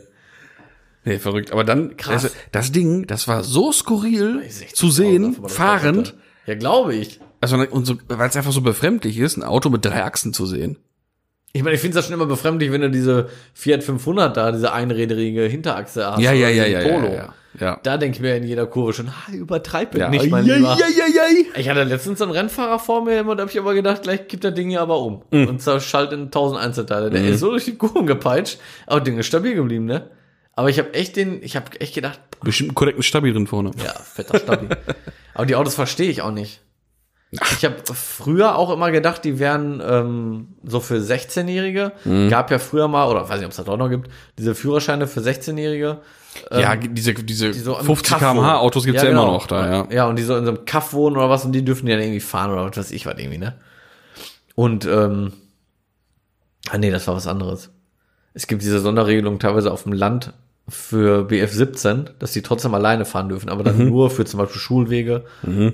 Nee, verrückt. Aber dann,
Krass.
Das, das Ding, das war so skurril
Ist echt
zu
ein Traum,
sehen,
davon war das
fahrend,
Konzept. ne? Ja, glaube ich.
also, und so, weil es einfach so befremdlich ist, ein Auto mit drei Achsen zu sehen.
Ich meine, ich finde es ja schon immer befremdlich, wenn du diese Fiat 500 da, diese einräderige Hinterachse hast.
ja,
oder
ja, ja,
diesen
ja, ja,
Polo.
ja, ja.
Da denke ich mir in jeder Kurve schon, ha, übertreib
Ja.
nicht, mein
Ei,
Lieber.
ei, ei, ei, ei.
Ich hatte letztens so einen Rennfahrer vor mir und da habe ich aber gedacht, gleich gibt das Ding hier aber um. Und zerschallt in tausend Einzelteile. Der ist so durch die Kurven gepeitscht, aber das Ding ist stabil geblieben, ne? Aber ich habe echt den, ich habe echt gedacht, boah,
Bestimmt einen korrekten Stabi drin vorne.
ja, fetter Stabil. aber die Autos verstehe ich auch nicht. Ich habe früher auch immer gedacht, die wären ähm, so für 16-Jährige. Gab ja früher mal, oder weiß nicht, ob es das auch noch gibt, diese Führerscheine für 16-Jährige.
Ja, diese, diese
Ähm, die so im
50
Kaff wohnen.
kmh Autos gibt's ja,
genau.
immer noch da, ja.
Ja, und die so in so einem Kaff wohnen oder was und die dürfen die dann irgendwie fahren oder was weiß ich was irgendwie, ne? Und, ähm, ah nee, das war was anderes. Es gibt diese Sonderregelung teilweise auf dem Land für BF17, dass die trotzdem alleine fahren dürfen, aber
Mhm.
dann nur für zum Beispiel Schulwege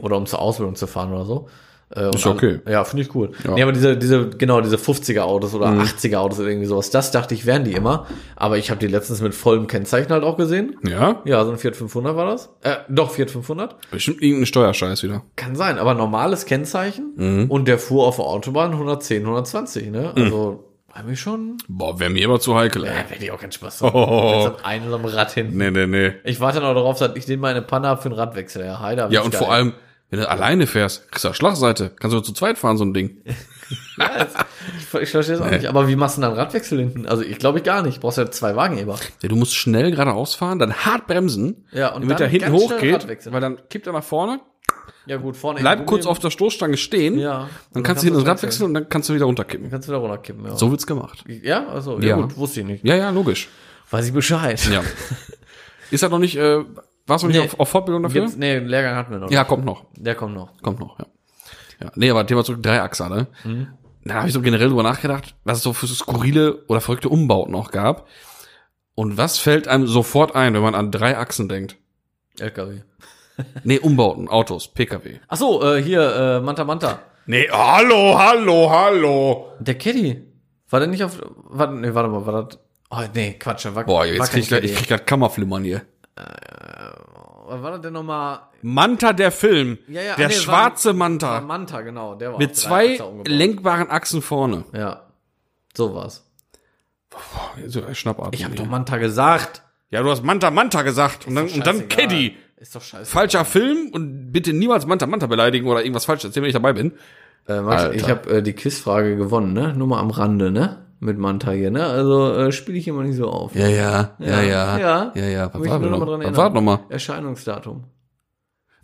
oder um zur Ausbildung zu fahren oder so. Äh, und
Ist okay.
alle- Ja, finde ich cool. Nee, aber diese, diese, genau, diese 50er Autos oder
Mhm.
80er Autos oder irgendwie sowas, das dachte ich, wären die immer. Aber ich habe die letztens mit vollem Kennzeichen halt auch gesehen.
Ja,
Ja, so ein Fiat 500 war das. Äh, doch, Fiat 500.
bestimmt irgendein Steuerscheiß wieder.
Kann sein,
Mhm.
aber normales Kennzeichen. Und der fuhr auf der Autobahn 110, 120, ne? Also, Hat mich schon.
Boah, wäre mir aber zu heikel, ey.
Ja, wirklich auch keinen Spaß. Oh.
Oh.
Jetzt einen so einem Rad hin.
Nee, nee, nee.
Ich warte noch darauf, dass ich den meine Panna für den Rad wechsle. Ja, Heider.
Ja, und vor allem, wenn du alleine fährst, kriegst du eine Schlagseite. Kannst du nur zu zweit fahren, so ein Ding.
Ich, ver- ich verstehe es auch nicht. Aber wie machst du denn einen Radwechsel hinten? Also, ich glaube ich gar nicht. Brauchst ja zwei Wagenheber.
Ja, du musst schnell geradeaus fahren, dann hart bremsen,
Ja, und
damit
dann
er hinten
ganz schnell
hochgeht,
Radwechsel.
weil dann kippt er nach vorne,
Ja, gut, vorne.
bleib
eben
kurz
rumheben.
auf der Stoßstange stehen,
Ja.
dann,
Und dann
kannst
kannst
du hinten
du
Rad
wechseln.
wechseln und dann kannst du wieder runterkippen.
Kannst du wieder runterkippen, ja.
So wird's gemacht.
Ja, also, ja,
Ja.
gut, wusste ich nicht.
Ja, ja, logisch.
Weiß ich Bescheid.
Ja. Ist er noch nicht, äh, warst du noch
Nee.
nicht auf, auf Fortbildung dafür?
Gibt's, nee, einen Lehrgang hatten wir noch.
Ja, kommt noch.
Der kommt noch.
Kommt noch, ja. ja. Nee, aber Thema zurück, Dreiachser, ne?
Mhm.
Da habe ich so generell drüber nachgedacht, was es so für skurrile oder verrückte Umbauten auch gab. Und was fällt einem sofort ein, wenn man an Dreiachsen denkt?
LKW.
Nee, Umbauten, Autos, Pkw.
Ach so, äh, hier, äh, Manta Manta.
Nee, hallo, hallo, hallo.
Der Caddy. War der nicht auf, war, nee, warte mal, war das, oh, nee, Quatsch, war,
Boah,
war
jetzt
kein
krieg ich, grad, ich
Caddy.
krieg grad Kammerflimmern hier.
War war das denn nochmal,
Manta der Film.
Ja, ja,
der
nee, war-
schwarze
war
Manta.
Manta, genau, der war
Mit
auf drei
zwei
Achser umgebaut.
lenkbaren Achsen vorne.
Ja, so war's.
Boah, so Schnappatmung.
Ich hab
hier.
doch Manta gesagt.
Ja, du hast Manta Manta gesagt und dann, und dann
Scheißegal.
Caddy.
Ist doch scheiße.
Falscher Film und bitte niemals Manta Manta beleidigen oder irgendwas falsch erzählen, wenn ich dabei bin.
Äh, Max,
Alter.
ich habe äh, die Quizfrage gewonnen, ne? Nur mal am Rande, ne? Mit Manta hier, ne? Also äh, spiele ich immer nicht so auf.
Ja, ja, ja, ja.
ja.
ja, ja. Was
Möchte
war denn
nur noch
noch?
mal dran
Was war
erinnern.
noch mal?
Erscheinungsdatum.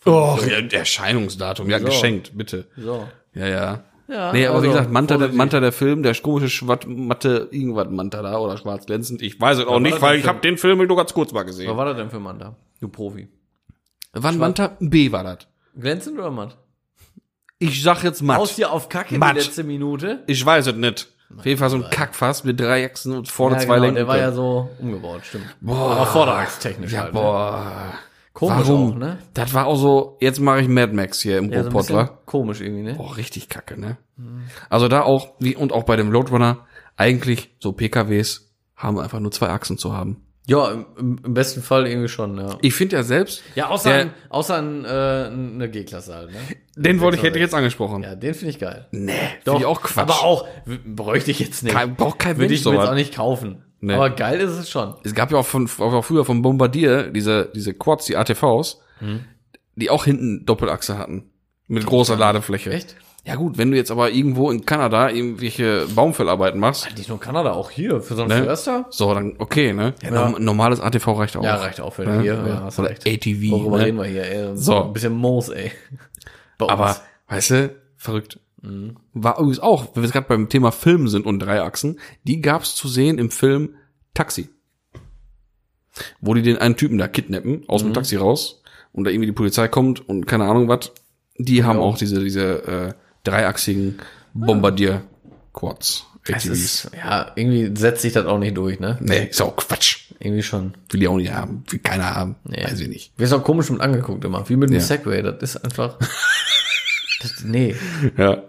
Oh, ja, Erscheinungsdatum. Ja,
So.
geschenkt, bitte.
So.
Ja, ja.
Ja,
nee, aber
also,
wie gesagt, Manta der,
vorsichtig.
Manta der Film, der komische schwatt, matte irgendwas Manta da oder schwarz glänzend. Ich weiß es auch
Nicht,
nicht,
weil
weil
ich habe den Film nur ganz kurz mal
Was
gesehen.
war das denn für Manta? Du Profi.
Wann Manta B war das?
Glänzend oder matt?
Ich sag jetzt matt.
Aus dir auf Kacke
Matt.
die letzte Minute.
ich weiß es nicht. Auf jeden Fall so ein Kackfass mit drei Achsen und vorne zwei Lenker.
der war ja so umgebaut, stimmt.
Boah.
Aber vorderachstechnisch
Ja,
halt. Ne?
boah.
Komisch
Warum?
auch, ne?
Das war auch so, jetzt mache ich Mad Max hier im
Ja, so ein
Ruhrpott, wa?
bisschen komisch irgendwie, ne?
Boah, richtig kacke, ne? Also da auch, wie, und auch bei dem Loadrunner, eigentlich so PKWs haben einfach nur zwei Achsen zu haben.
Ja, im, im besten Fall irgendwie schon, ja.
Ich finde ja selbst,
Ja, außer,
Der-
ein, außer ein, äh, eine G-Klasse halt, ne?
den wollte ich, hätte ich jetzt angesprochen.
Ja, den finde ich geil.
Nee, finde ich auch Quatsch.
Aber auch, w- bräuchte ich jetzt nicht.
Kein- braucht kein
Würde
Mensch
ich mir jetzt
sowas.
auch nicht kaufen.
Nee.
Aber geil ist es schon.
Es gab ja auch von, auch früher von Bombardier diese, diese Quads, die ATVs, die auch hinten Doppelachse hatten. Mit großer Ladefläche.
Mhm. Echt?
Ja gut, wenn du jetzt aber irgendwo in Kanada irgendwelche Baumfellarbeiten machst,
Nicht nur Kanada, auch hier. Für so einen
Ne?
Förster?
so dann okay, ne? Ja,
Ja.
norm- Normales ATV reicht auch.
Ja, reicht auch für
Ne?
hier.
Ja.
Ja, hast
Oder
recht.
ATV,
Worüber
ne?
reden wir hier? Ey?
So.
Ein bisschen Moos, ey. Bei uns.
Aber, weißt du, verrückt.
Mhm.
War übrigens auch, wenn wir gerade beim Thema Film sind und Dreiachsen, die gab's zu sehen im Film Taxi. Wo die den einen Typen da kidnappen, aus
Mhm.
dem Taxi raus, und da irgendwie die Polizei kommt und keine Ahnung was. Die haben auch diese, diese äh, dreiachsigen Bombardier-Quads.
Es
ATVs.
ist, ja, irgendwie setzt sich das auch nicht durch, ne?
Nee, ist auch Quatsch.
Irgendwie schon.
Will die auch nicht haben. Will keiner haben.
Nee.
Weiß ich nicht.
Wir sind auch komisch mit angeguckt immer. Wie mit dem
Ja.
Segway. Das ist einfach. das, nee,
Ja.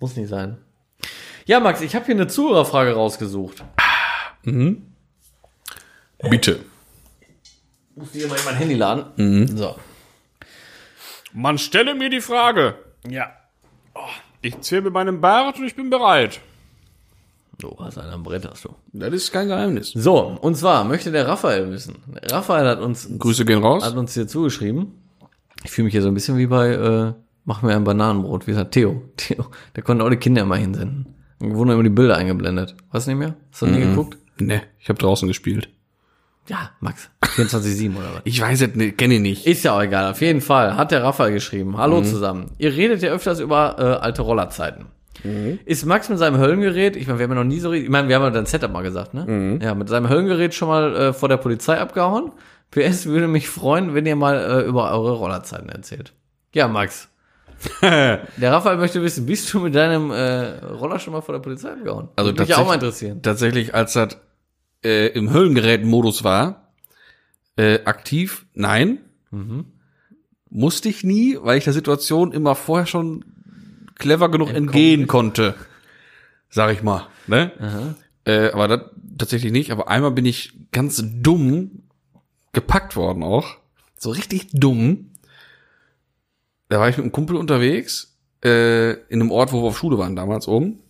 muss nicht sein. Ja, Max, ich habe hier eine Zuhörerfrage rausgesucht.
Bitte.
Muss dir mal in mein Handy laden.
Mhm.
So.
Man stelle mir die Frage. Oh,
Ja.
Ich zähle mit meinem Bart und ich bin bereit.
Du hast einen am Brett, hast du.
Das ist kein Geheimnis.
So, und zwar möchte der Raphael wissen. Raphael hat uns,
Grüße gehen raus.
hat uns hier zugeschrieben. Ich fühle mich hier so ein bisschen wie bei äh, Mach mir ein Bananenbrot. Wie gesagt, Theo. Theo, der konnte auch die Kinder immer hinsenden. Und wurden immer die Bilder eingeblendet. Weißt du nicht mehr? Hast du nie geguckt?
Nee, ich habe draußen gespielt.
Ja, Max. 24-7 oder was?
Ich weiß es nicht, kenne ich nicht.
Ist ja auch egal, auf jeden Fall. Hat der Rafa geschrieben. Hallo zusammen. Ihr redet ja öfters über äh, alte Rollerzeiten. Ist Max mit seinem Höllengerät, ich meine, wir haben ja noch nie so richtig, ich meine, wir haben ja dein Setup mal gesagt, ne? Ja, mit seinem Höllengerät schon mal äh, vor der Polizei abgehauen. PS würde mich freuen, wenn ihr mal äh, über eure Rollerzeiten erzählt. Ja, Max. der Raphael möchte wissen, bist du mit deinem äh, Roller schon mal vor der Polizei abgehauen?
Also
Würde mich ja auch
tatsächlich-
mal interessieren.
tatsächlich, als das äh, im Höllengerät-Modus war, äh, aktiv, nein. Musste ich nie, weil ich der Situation immer vorher schon clever genug entgehen konnte. Sag ich mal. Ne? Äh, aber das tatsächlich nicht. Aber einmal bin ich ganz dumm gepackt worden auch. So richtig dumm. Da war ich mit einem Kumpel unterwegs, äh, in einem Ort, wo wir auf Schule waren damals oben.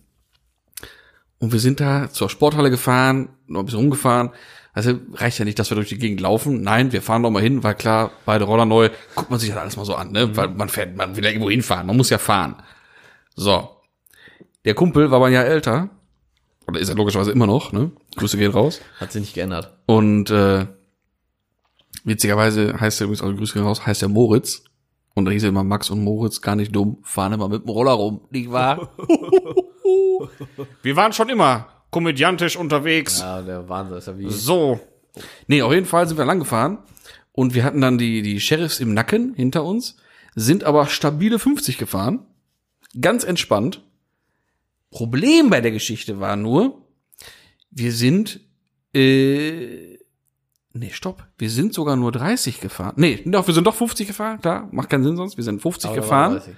Und wir sind da zur Sporthalle gefahren, noch ein bisschen rumgefahren. Also reicht ja nicht, dass wir durch die Gegend laufen. Nein, wir fahren doch mal hin, weil klar, beide Roller neu, guckt man sich das alles mal so an, ne? Weil man fährt, man will ja irgendwo hinfahren, man muss ja fahren. So. Der Kumpel war aber ein Jahr älter. Oder ist er logischerweise immer noch, ne? Grüße gehen raus.
Hat sich nicht geändert.
Und äh, witzigerweise heißt er übrigens, also Grüße gehen raus, heißt er Moritz. Und da hieß er immer Max und Moritz, gar nicht dumm, fahren immer mit dem Roller rum, nicht wahr?
Wir waren schon immer komödiantisch unterwegs.
Ja, Ah, der Wahnsinn ist ja wie.
So.
Nee, auf jeden Fall sind wir lang gefahren und wir hatten dann die, die Sheriffs im Nacken hinter uns, sind aber stabile 50 gefahren, ganz entspannt. Problem bei der Geschichte war nur, wir sind, äh, nee, stopp, wir sind sogar nur 30 gefahren. Nee, doch, wir sind doch 50 gefahren, klar, macht keinen Sinn sonst, wir sind 50
Aber da waren
gefahren.
30.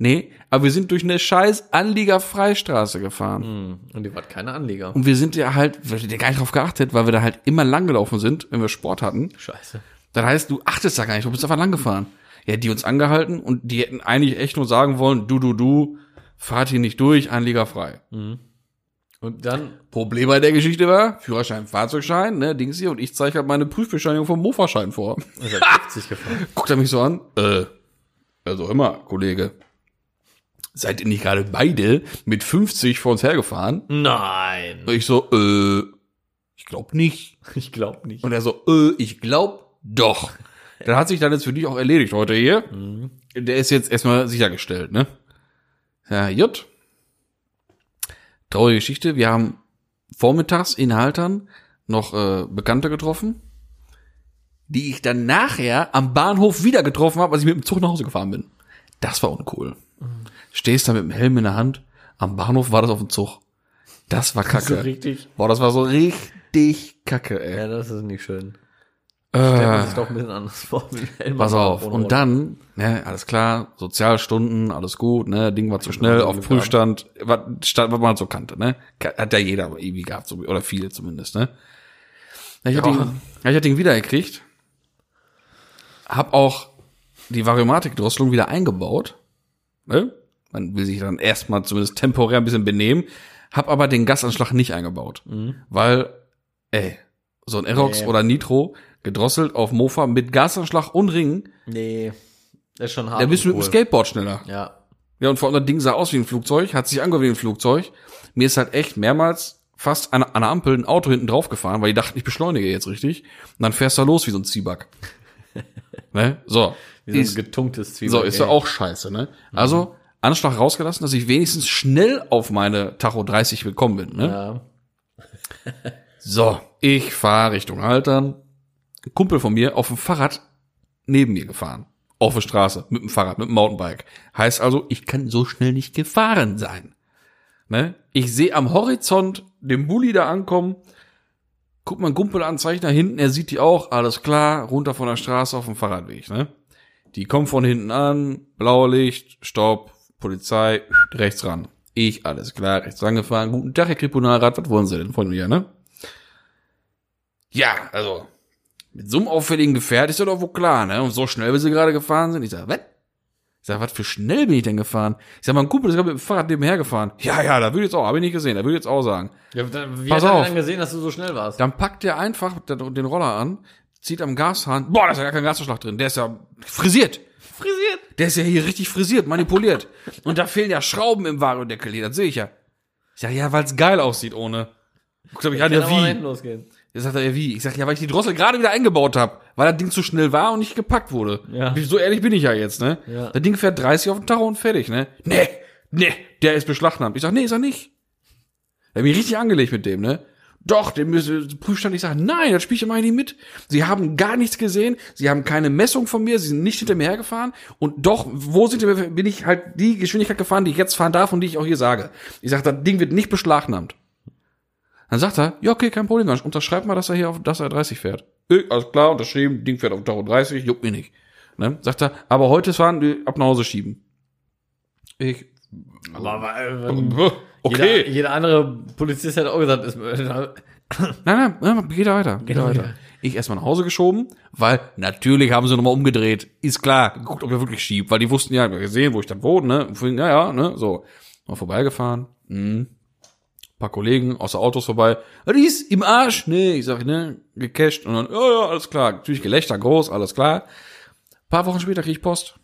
Nee, aber wir sind durch eine scheiß Anliegerfreistraße gefahren.
Hm, Und die war keine Anleger.
Und wir sind ja halt, wir haben gar nicht drauf geachtet, weil wir da halt immer lang gelaufen sind, wenn wir Sport hatten.
Scheiße.
Dann heißt, du achtest da gar nicht, du bist einfach lang gefahren. Ja, die uns angehalten und die hätten eigentlich echt nur sagen wollen, du, du, du, fahrt hier nicht durch, Anlieger frei.
Und dann,
Problem bei der Geschichte war, Führerschein, Fahrzeugschein, ne, Dings hier, und ich zeige halt meine Prüfbescheinigung vom Mofa-Schein vor.
ist er 50 gefahren.
Guckt er mich so an, äh, also immer, Kollege. Seid ihr nicht gerade beide mit 50 vor uns hergefahren?
Nein.
Und ich so, äh, ich glaub nicht.
Ich glaube nicht.
Und er so, äh, ich glaub doch. Dann hat sich dann jetzt für dich auch erledigt heute hier. Der ist jetzt erstmal sichergestellt, ne? Ja, J. Traurige Geschichte. Wir haben vormittags in Haltern noch äh, Bekannte getroffen, die ich dann nachher am Bahnhof wieder getroffen habe, als ich mit dem Zug nach Hause gefahren bin. Das war uncool. Stehst da mit dem Helm in der Hand. Am Bahnhof war das auf dem Zug. Das war kacke.
richtig.
Boah, das war so richtig kacke, ey.
Ja, das ist nicht schön. Stellen wir
Äh,
sich doch ein bisschen anders vor.
pass auf. Und dann, ne, alles klar, Sozialstunden, alles gut, ne, Ding war zu schnell, auf Prüfstand, was, stand, was man so kannte, ne? Hat ja jeder irgendwie gehabt, so- oder viele zumindest, ne? Ja, ich hatte
Ja.
ihn, ja, ich hatte ihn wiedergekriegt. Hab auch die Variomatik-Drosselung wieder eingebaut. Ne? Man will sich dann erstmal zumindest temporär ein bisschen benehmen. Hab aber den Gasanschlag nicht eingebaut. Weil, ey, so ein Aerox
Nee.
oder Nitro gedrosselt auf Mofa mit Gasanschlag und Ringen,
Nee. Das ist schon hart.
da bist du
und
mit dem
cool.
Skateboard schneller.
Ja.
Ja, und vor allem das Ding sah aus wie ein Flugzeug, hat sich angehört wie ein Flugzeug. Mir ist halt echt mehrmals fast an, an der Ampel ein Auto hinten drauf gefahren, weil die dachten, ich beschleunige jetzt richtig. Und dann fährst du los wie so ein Zwieback. ne? So.
Wie
Ist-
so ein getunktes Zwiebel.
so, ist ja
ey. Mhm.
auch scheiße, ne? Also, Anschlag rausgelassen, dass ich wenigstens schnell auf meine Tacho 30 gekommen bin, ne?
Ja.
So, ich fahre Richtung Altern. Ein Kumpel von mir auf dem Fahrrad neben mir gefahren. Auf der Straße, mit dem Fahrrad, mit dem Mountainbike. Heißt also, ich kann so schnell nicht gefahren sein. Ne? Ich sehe am Horizont den Bulli da ankommen. Guck mal, Kumpel anzeichnen da hinten, er sieht die auch, alles klar, runter von der Straße auf dem Fahrradweg, ne? Die kommen von hinten an, Blaulicht, Stopp, Polizei, rechts ran. Ich, alles klar, rechts rangefahren. Guten Tag, Herr Kriponalrat, was wollen Sie denn von mir, ne? Ja, also, mit so einem auffälligen Gefährt ist ja doch wohl klar, ne? Und so schnell, wie sie gerade gefahren sind. Ich sag, was? Ich sag, was für schnell bin ich denn gefahren? Ich sag, mein Kumpel ist gerade mit dem Fahrrad nebenher gefahren. Ja, ja, da würde ich jetzt auch, habe ich nicht gesehen, da würde ich jetzt auch sagen.
ja dann, wie
Pass
Pass hat er
auf.
denn gesehen, dass du so schnell warst?
Dann packt er einfach den den Roller an, zieht am Gashahn. Boah, da ist ja gar kein Gasverschlag drin. Der ist ja frisiert.
Frisiert.
Der ist ja hier richtig frisiert, manipuliert. Und da fehlen ja Schrauben im Variodeckel hier, das sehe ich ja. Ich sag, ja, weil es geil aussieht ohne. Guckt er mich an,
Kann
ja,
aber nach
wie?
hinten losgehen.
Er sagt er, ja, wie? Ich sag, ja, weil ich die Drossel gerade wieder eingebaut habe, weil das Ding zu schnell war und nicht gepackt wurde.
Ja.
So ehrlich bin ich ja jetzt, ne?
Ja.
Das Ding fährt 30 auf den Tacho und fertig, ne? Nee, nee, der ist beschlagnahmt. Ich sag, nee, ist er nicht. Da bin ich richtig angelegt mit dem, ne? Doch, den müssen Prüfstand. Ich sag, nein, das Spielchen mache ich nicht mit. Sie haben gar nichts gesehen, sie haben keine Messung von mir, sie sind nicht hinter mir hergefahren. Und doch, wo sind wir, bin ich halt die Geschwindigkeit gefahren, die ich jetzt fahren darf und die ich auch hier sage. Ich sag, das Ding wird nicht beschlagnahmt. Dann sagt er, ja, okay, kein Problem, dann unterschreib mal, dass er hier auf, dass er 30 fährt. Ich, alles klar, unterschrieben, Ding fährt auf Tacho 30, juckt mir nicht. Ne? Sagt er, aber heute fahren, die ab nach Hause schieben. Ich,
Aber äh,
okay.
Jeder, jeder andere Polizist hätte auch gesagt, ist mir-
Nein, nein, nein, geht da weiter. Geht da
Genau,
weiter.
ja.
Ich erstmal nach Hause geschoben, weil natürlich haben sie nochmal umgedreht. Ist klar, geguckt, ob er wirklich schiebt, weil die wussten ja, wir haben gesehen, wo ich dann wohne, ne? Und vorhin, Ja, ja, ne? So. Mal vorbeigefahren. Mhm. paar Kollegen außer Autos vorbei. "Ah, Die ist im Arsch. Nee, ich sag, ne, gecasht. Und dann, ja, ja, alles klar. Natürlich Gelächter groß, alles klar. paar Wochen später krieg ich Post.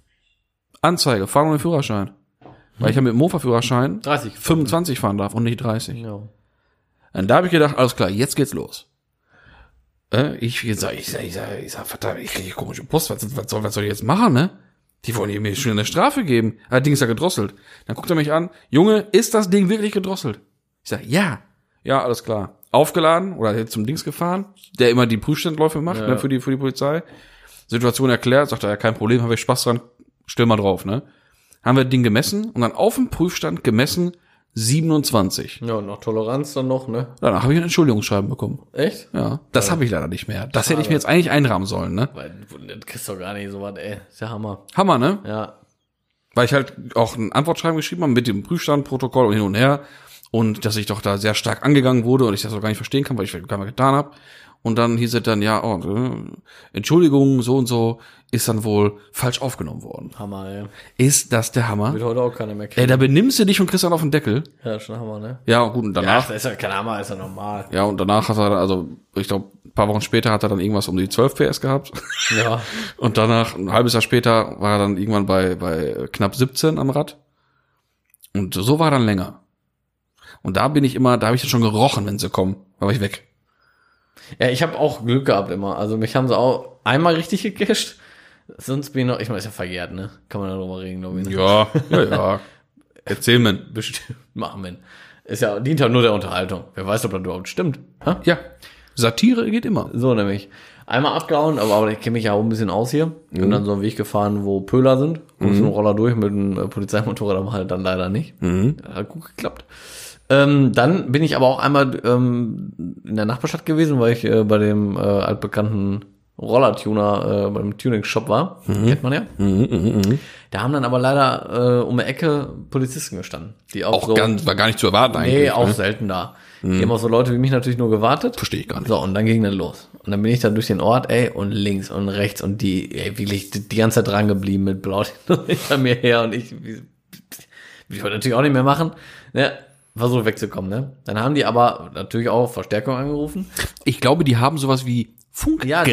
Anzeige, fahren ohne Führerschein. Weil ich ja mit dem Mofa-Führerschein
30.
25 fahren darf und nicht 30.
Ja.
Und da habe ich gedacht, alles klar, jetzt geht's los. Äh, Ich sage, ich sage, ich sage, ich sag, verdammt, ich kriege komische Post, was, was, soll, was soll ich jetzt machen, ne? Die wollen mir schon eine Strafe geben. Ah, Ding ist ja gedrosselt. Dann guckt er mich an, Junge, ist das Ding wirklich gedrosselt? Ich sage, ja. Ja, alles klar. Aufgeladen oder jetzt zum Dings gefahren, der immer die Prüfstandläufe macht ne, für, die, für die Polizei. Situation erklärt, sagt er, ja, kein Problem, habe ich Spaß dran, stell mal drauf, ne? Haben wir das Ding gemessen und dann auf dem Prüfstand gemessen 27.
Ja, und noch Toleranz dann noch, ne?
Danach habe ich ein Entschuldigungsschreiben bekommen.
Echt?
Ja, das habe ich leider nicht mehr. Das hätte ich mir jetzt eigentlich einrahmen sollen, ne?
Weil du kriegst doch gar nicht so was, ey. Ist der Hammer.
Hammer, ne?
Ja.
Weil ich halt auch ein Antwortschreiben geschrieben habe mit dem Prüfstandprotokoll und hin und her und dass ich doch da sehr stark angegangen wurde und ich das auch gar nicht verstehen kann, weil ich gar nicht getan habe. Und dann hieß es dann, ja, oh, äh, Entschuldigung, so und so, ist dann wohl falsch aufgenommen worden.
Hammer, ey.
Ist das der Hammer?
Wird heute auch keiner mehr kennen.
Ey, da benimmst du dich und kriegst dann auf den Deckel.
Ja, schon Hammer, ne?
Ja, gut, und danach
Ach, ist ja kein Hammer, ist ja normal.
Ja, und danach hat er, dann- also ich glaube, ein paar Wochen später hat er dann irgendwas um die 12 PS gehabt.
Ja.
Und danach, ein halbes Jahr später, war er dann irgendwann bei, bei knapp 17 am Rad. Und so war er dann länger. Und da bin ich immer, da habe ich dann schon gerochen, wenn sie kommen. Da war ich weg.
Ja, ich habe auch Glück gehabt immer. Also mich haben sie auch einmal richtig gecasht. Sonst bin ich noch, ich meine, ist ja verjährt, ne? Kann man darüber reden, glaube ich. ne?
Ja, ja, ja. Erzähl mir.
Bestimmt. Machen wir. Ist ja, dient ja nur der Unterhaltung. Wer weiß, ob das überhaupt stimmt. Ha?
Ja, Satire geht immer.
So nämlich. Einmal abgehauen, aber, aber ich kenne mich ja auch ein bisschen aus hier. Ich bin dann so einen Weg gefahren, wo Pöhler sind. Und so einen Roller durch mit einem äh, Polizeimotorrad, aber halt dann leider nicht. Hat gut geklappt. Ähm, dann bin ich aber auch einmal ähm, in der Nachbarstadt gewesen, weil ich äh, bei dem äh, altbekannten Rollertuner äh, beim Tuning-Shop war. Kennt man ja. Da haben dann aber leider äh, um die Ecke Polizisten gestanden. Die auch,
Auch
so...
ganz, war gar nicht zu erwarten eigentlich.
Nee, auch selten da. Die haben auch so Leute wie mich natürlich nur gewartet.
Verstehe ich gar nicht.
So, und dann ging das los. Und dann bin ich dann durch den Ort, ey, und links und rechts und die, ey, wirklich die, die ganze Zeit dran geblieben mit Blaut hinter mir her und ich, wie- ich wollte natürlich auch nicht mehr machen, ne, versucht wegzukommen, ne. Dann haben die aber natürlich auch Verstärkung angerufen.
Ich glaube, die haben sowas wie
Ja, die haben, das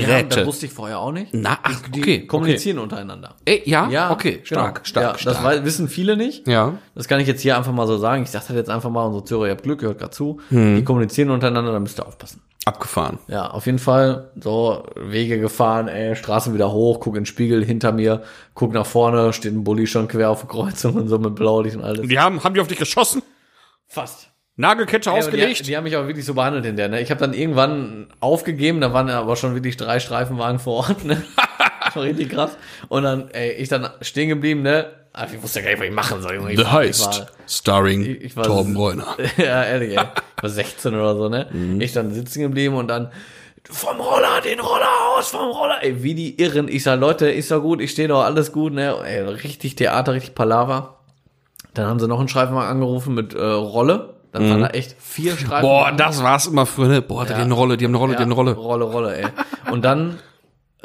Funkgeräte.
wusste ich vorher auch nicht.
Na, ach, okay.
Die
okay.
kommunizieren untereinander.
Ey, ja,
Ja,
okay, stark,
genau.
stark,
ja,
stark.
Das wei- wissen viele nicht.
Ja.
Das kann ich jetzt hier einfach mal so sagen. Ich sage das jetzt einfach mal, unsere Zuhörer, ihr habt Glück, ihr hört gerade zu. Die kommunizieren untereinander, da müsst ihr aufpassen.
Abgefahren.
Ja, auf jeden Fall so Wege gefahren, ey, Straßen wieder hoch, guck in den Spiegel hinter mir, guck nach vorne, steht ein Bulli schon quer auf der Kreuzung und so mit Blaulicht und alles.
Die haben, haben die auf dich geschossen?
Fast.
Nagelkette
Ja, aber
ausgelegt?
Die, die haben mich auch wirklich so behandelt in der, ne? Ich habe dann irgendwann aufgegeben, da waren aber schon wirklich drei Streifenwagen vor Ort, ne? Schon richtig krass. Und dann, ey, ich dann stehen geblieben, ne? Aber ich wusste ja gar nicht, was ich machen soll. Junge. Ich
The
war- ich
Heist,
war-
starring
ich war-
Torben Reuner.
ja, ehrlich, ey. Ich war 16 oder so, ne? Ich dann sitzen geblieben und dann vom Roller, den Roller aus, vom Roller. Ey, wie die Irren. Ich sag, Leute, ist doch gut, ich stehe doch alles gut, ne? Ey, richtig Theater, richtig Palaver. Dann haben sie noch einen Streifenwagen angerufen mit äh, Rolle. Dann waren da echt vier Streifen.
Boah, das war's immer früher, ne? Boah, die haben eine Rolle, die haben eine Rolle, die haben eine Rolle.
Rolle, Rolle, ey. Und dann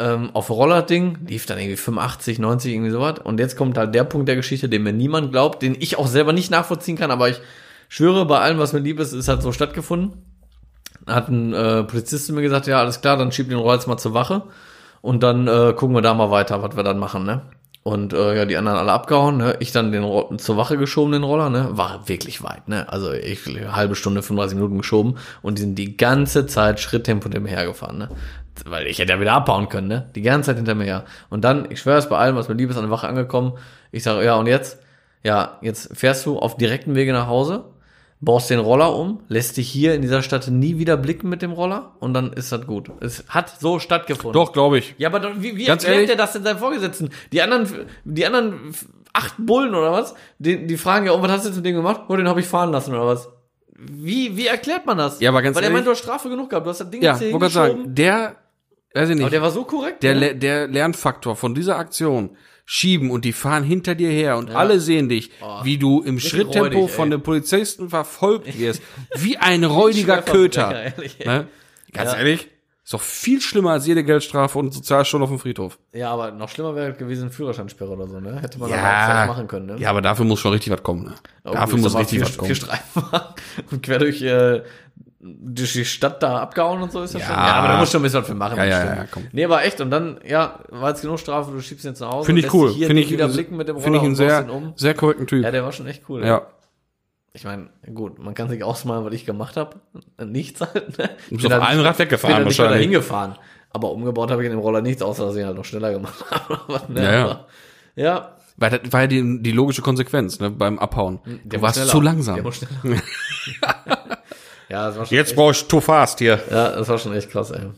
ähm, auf Rollerding lief dann irgendwie 85, 90, irgendwie sowas. Und jetzt kommt halt der Punkt der Geschichte, den mir niemand glaubt, den ich auch selber nicht nachvollziehen kann, aber ich schwöre, bei allem, was mir lieb ist, ist halt so stattgefunden. Hat ein äh, Polizist zu mir gesagt, ja, alles klar, dann schieb den Roller jetzt mal zur Wache und dann äh, gucken wir da mal weiter, was wir dann machen, ne? Und äh, ja, die anderen alle abgehauen, ne? Ich dann den Ro zur Wache geschoben, den Roller, ne? War wirklich weit, ne? Also ich halbe Stunde, 35 Minuten geschoben und die sind die ganze Zeit Schritttempo hinter mir hergefahren, ne? Weil ich hätte ja wieder abhauen können, ne? Die ganze Zeit hinter mir her. Und dann, ich schwöre es bei allem, was mir lieb ist, an der Wache angekommen. Ich sage, ja, und jetzt? Ja, jetzt fährst du auf direktem Wege nach Hause, baust den Roller um, lässt dich hier in dieser Stadt nie wieder blicken mit dem Roller und dann ist das gut. Es hat so stattgefunden.
Doch, glaube ich.
Ja, aber doch, wie, wie
Ganz
erklärt
ehrlich?
er das denn seinen Vorgesetzten? Die anderen, die anderen acht Bullen oder was, die, die fragen ja, oh, was hast du jetzt mit dem gemacht? Oh, den habe ich fahren lassen oder was? Wie, wie erklärt man das?
Ja, aber ganz
Weil er
ehrlich-
meint, du hast Strafe genug gehabt, du hast das Ding
Ja,
jetzt hier
wollte gerade sagen,
hingeschoben.
der, weiß ich
Aber
nicht,
der
der,
war so korrekt.
der,
ne?
Le- der Lernfaktor von dieser Aktion, schieben und die fahren hinter dir her und alle sehen dich, wie du im Schritttempo
räudig, ey.
von den Polizisten verfolgt wirst, wie ein räudiger
Schwerverbrecher,
Köter.
ehrlich, ey.
Ne? Ganz ehrlich, Ist doch viel schlimmer als jede Geldstrafe und Sozialstunde auf dem Friedhof.
Ja, aber noch schlimmer wäre halt gewesen Führerscheinsperre oder so, ne? Hätte man
Ja.
aber auch machen können, ne?
Ja, aber dafür muss schon richtig was kommen. Ne?
Aber
dafür
Oh, gut,
muss
da war
richtig
vier,
was kommen.
Vier Streifenwagen und quer durch, äh, durch die Stadt da abgehauen und so ist das
Ja.
schon. Ja, aber da muss schon ein bisschen was für machen.
Ja,
das
ja,
stimmt.
ja, komm.
Nee, aber echt. Und dann, ja, war jetzt genug Strafe, du schiebst ihn jetzt nach Hause.
Finde
Also lässt
ich cool.
dich Hier
Finde ich,
wieder blicken mit dem
finde ich
Roller
einen
und
sehr,
haust ihn um.
sehr korrekten Typ.
Ja, der war schon echt cool.
ja.
Ich meine, gut, man kann sich ausmalen, was ich gemacht habe. Nichts halt. Ne?
Du bist auf einem Rad
bin
weggefahren
dann nicht weiter
wahrscheinlich.
hingefahren. Aber umgebaut habe ich in dem Roller nichts, außer dass ich ihn halt noch schneller gemacht habe. oder was, ne?
Ja, ja.
Aber- ja,
Weil das war ja die, die logische Konsequenz ne, beim Abhauen.
Der
du warst
muss schneller.
zu
Der
langsam.
muss schneller. ja, das war schon
Jetzt
echt,
brauche ich Too Fast hier.
ja, das war schon echt krass, ey.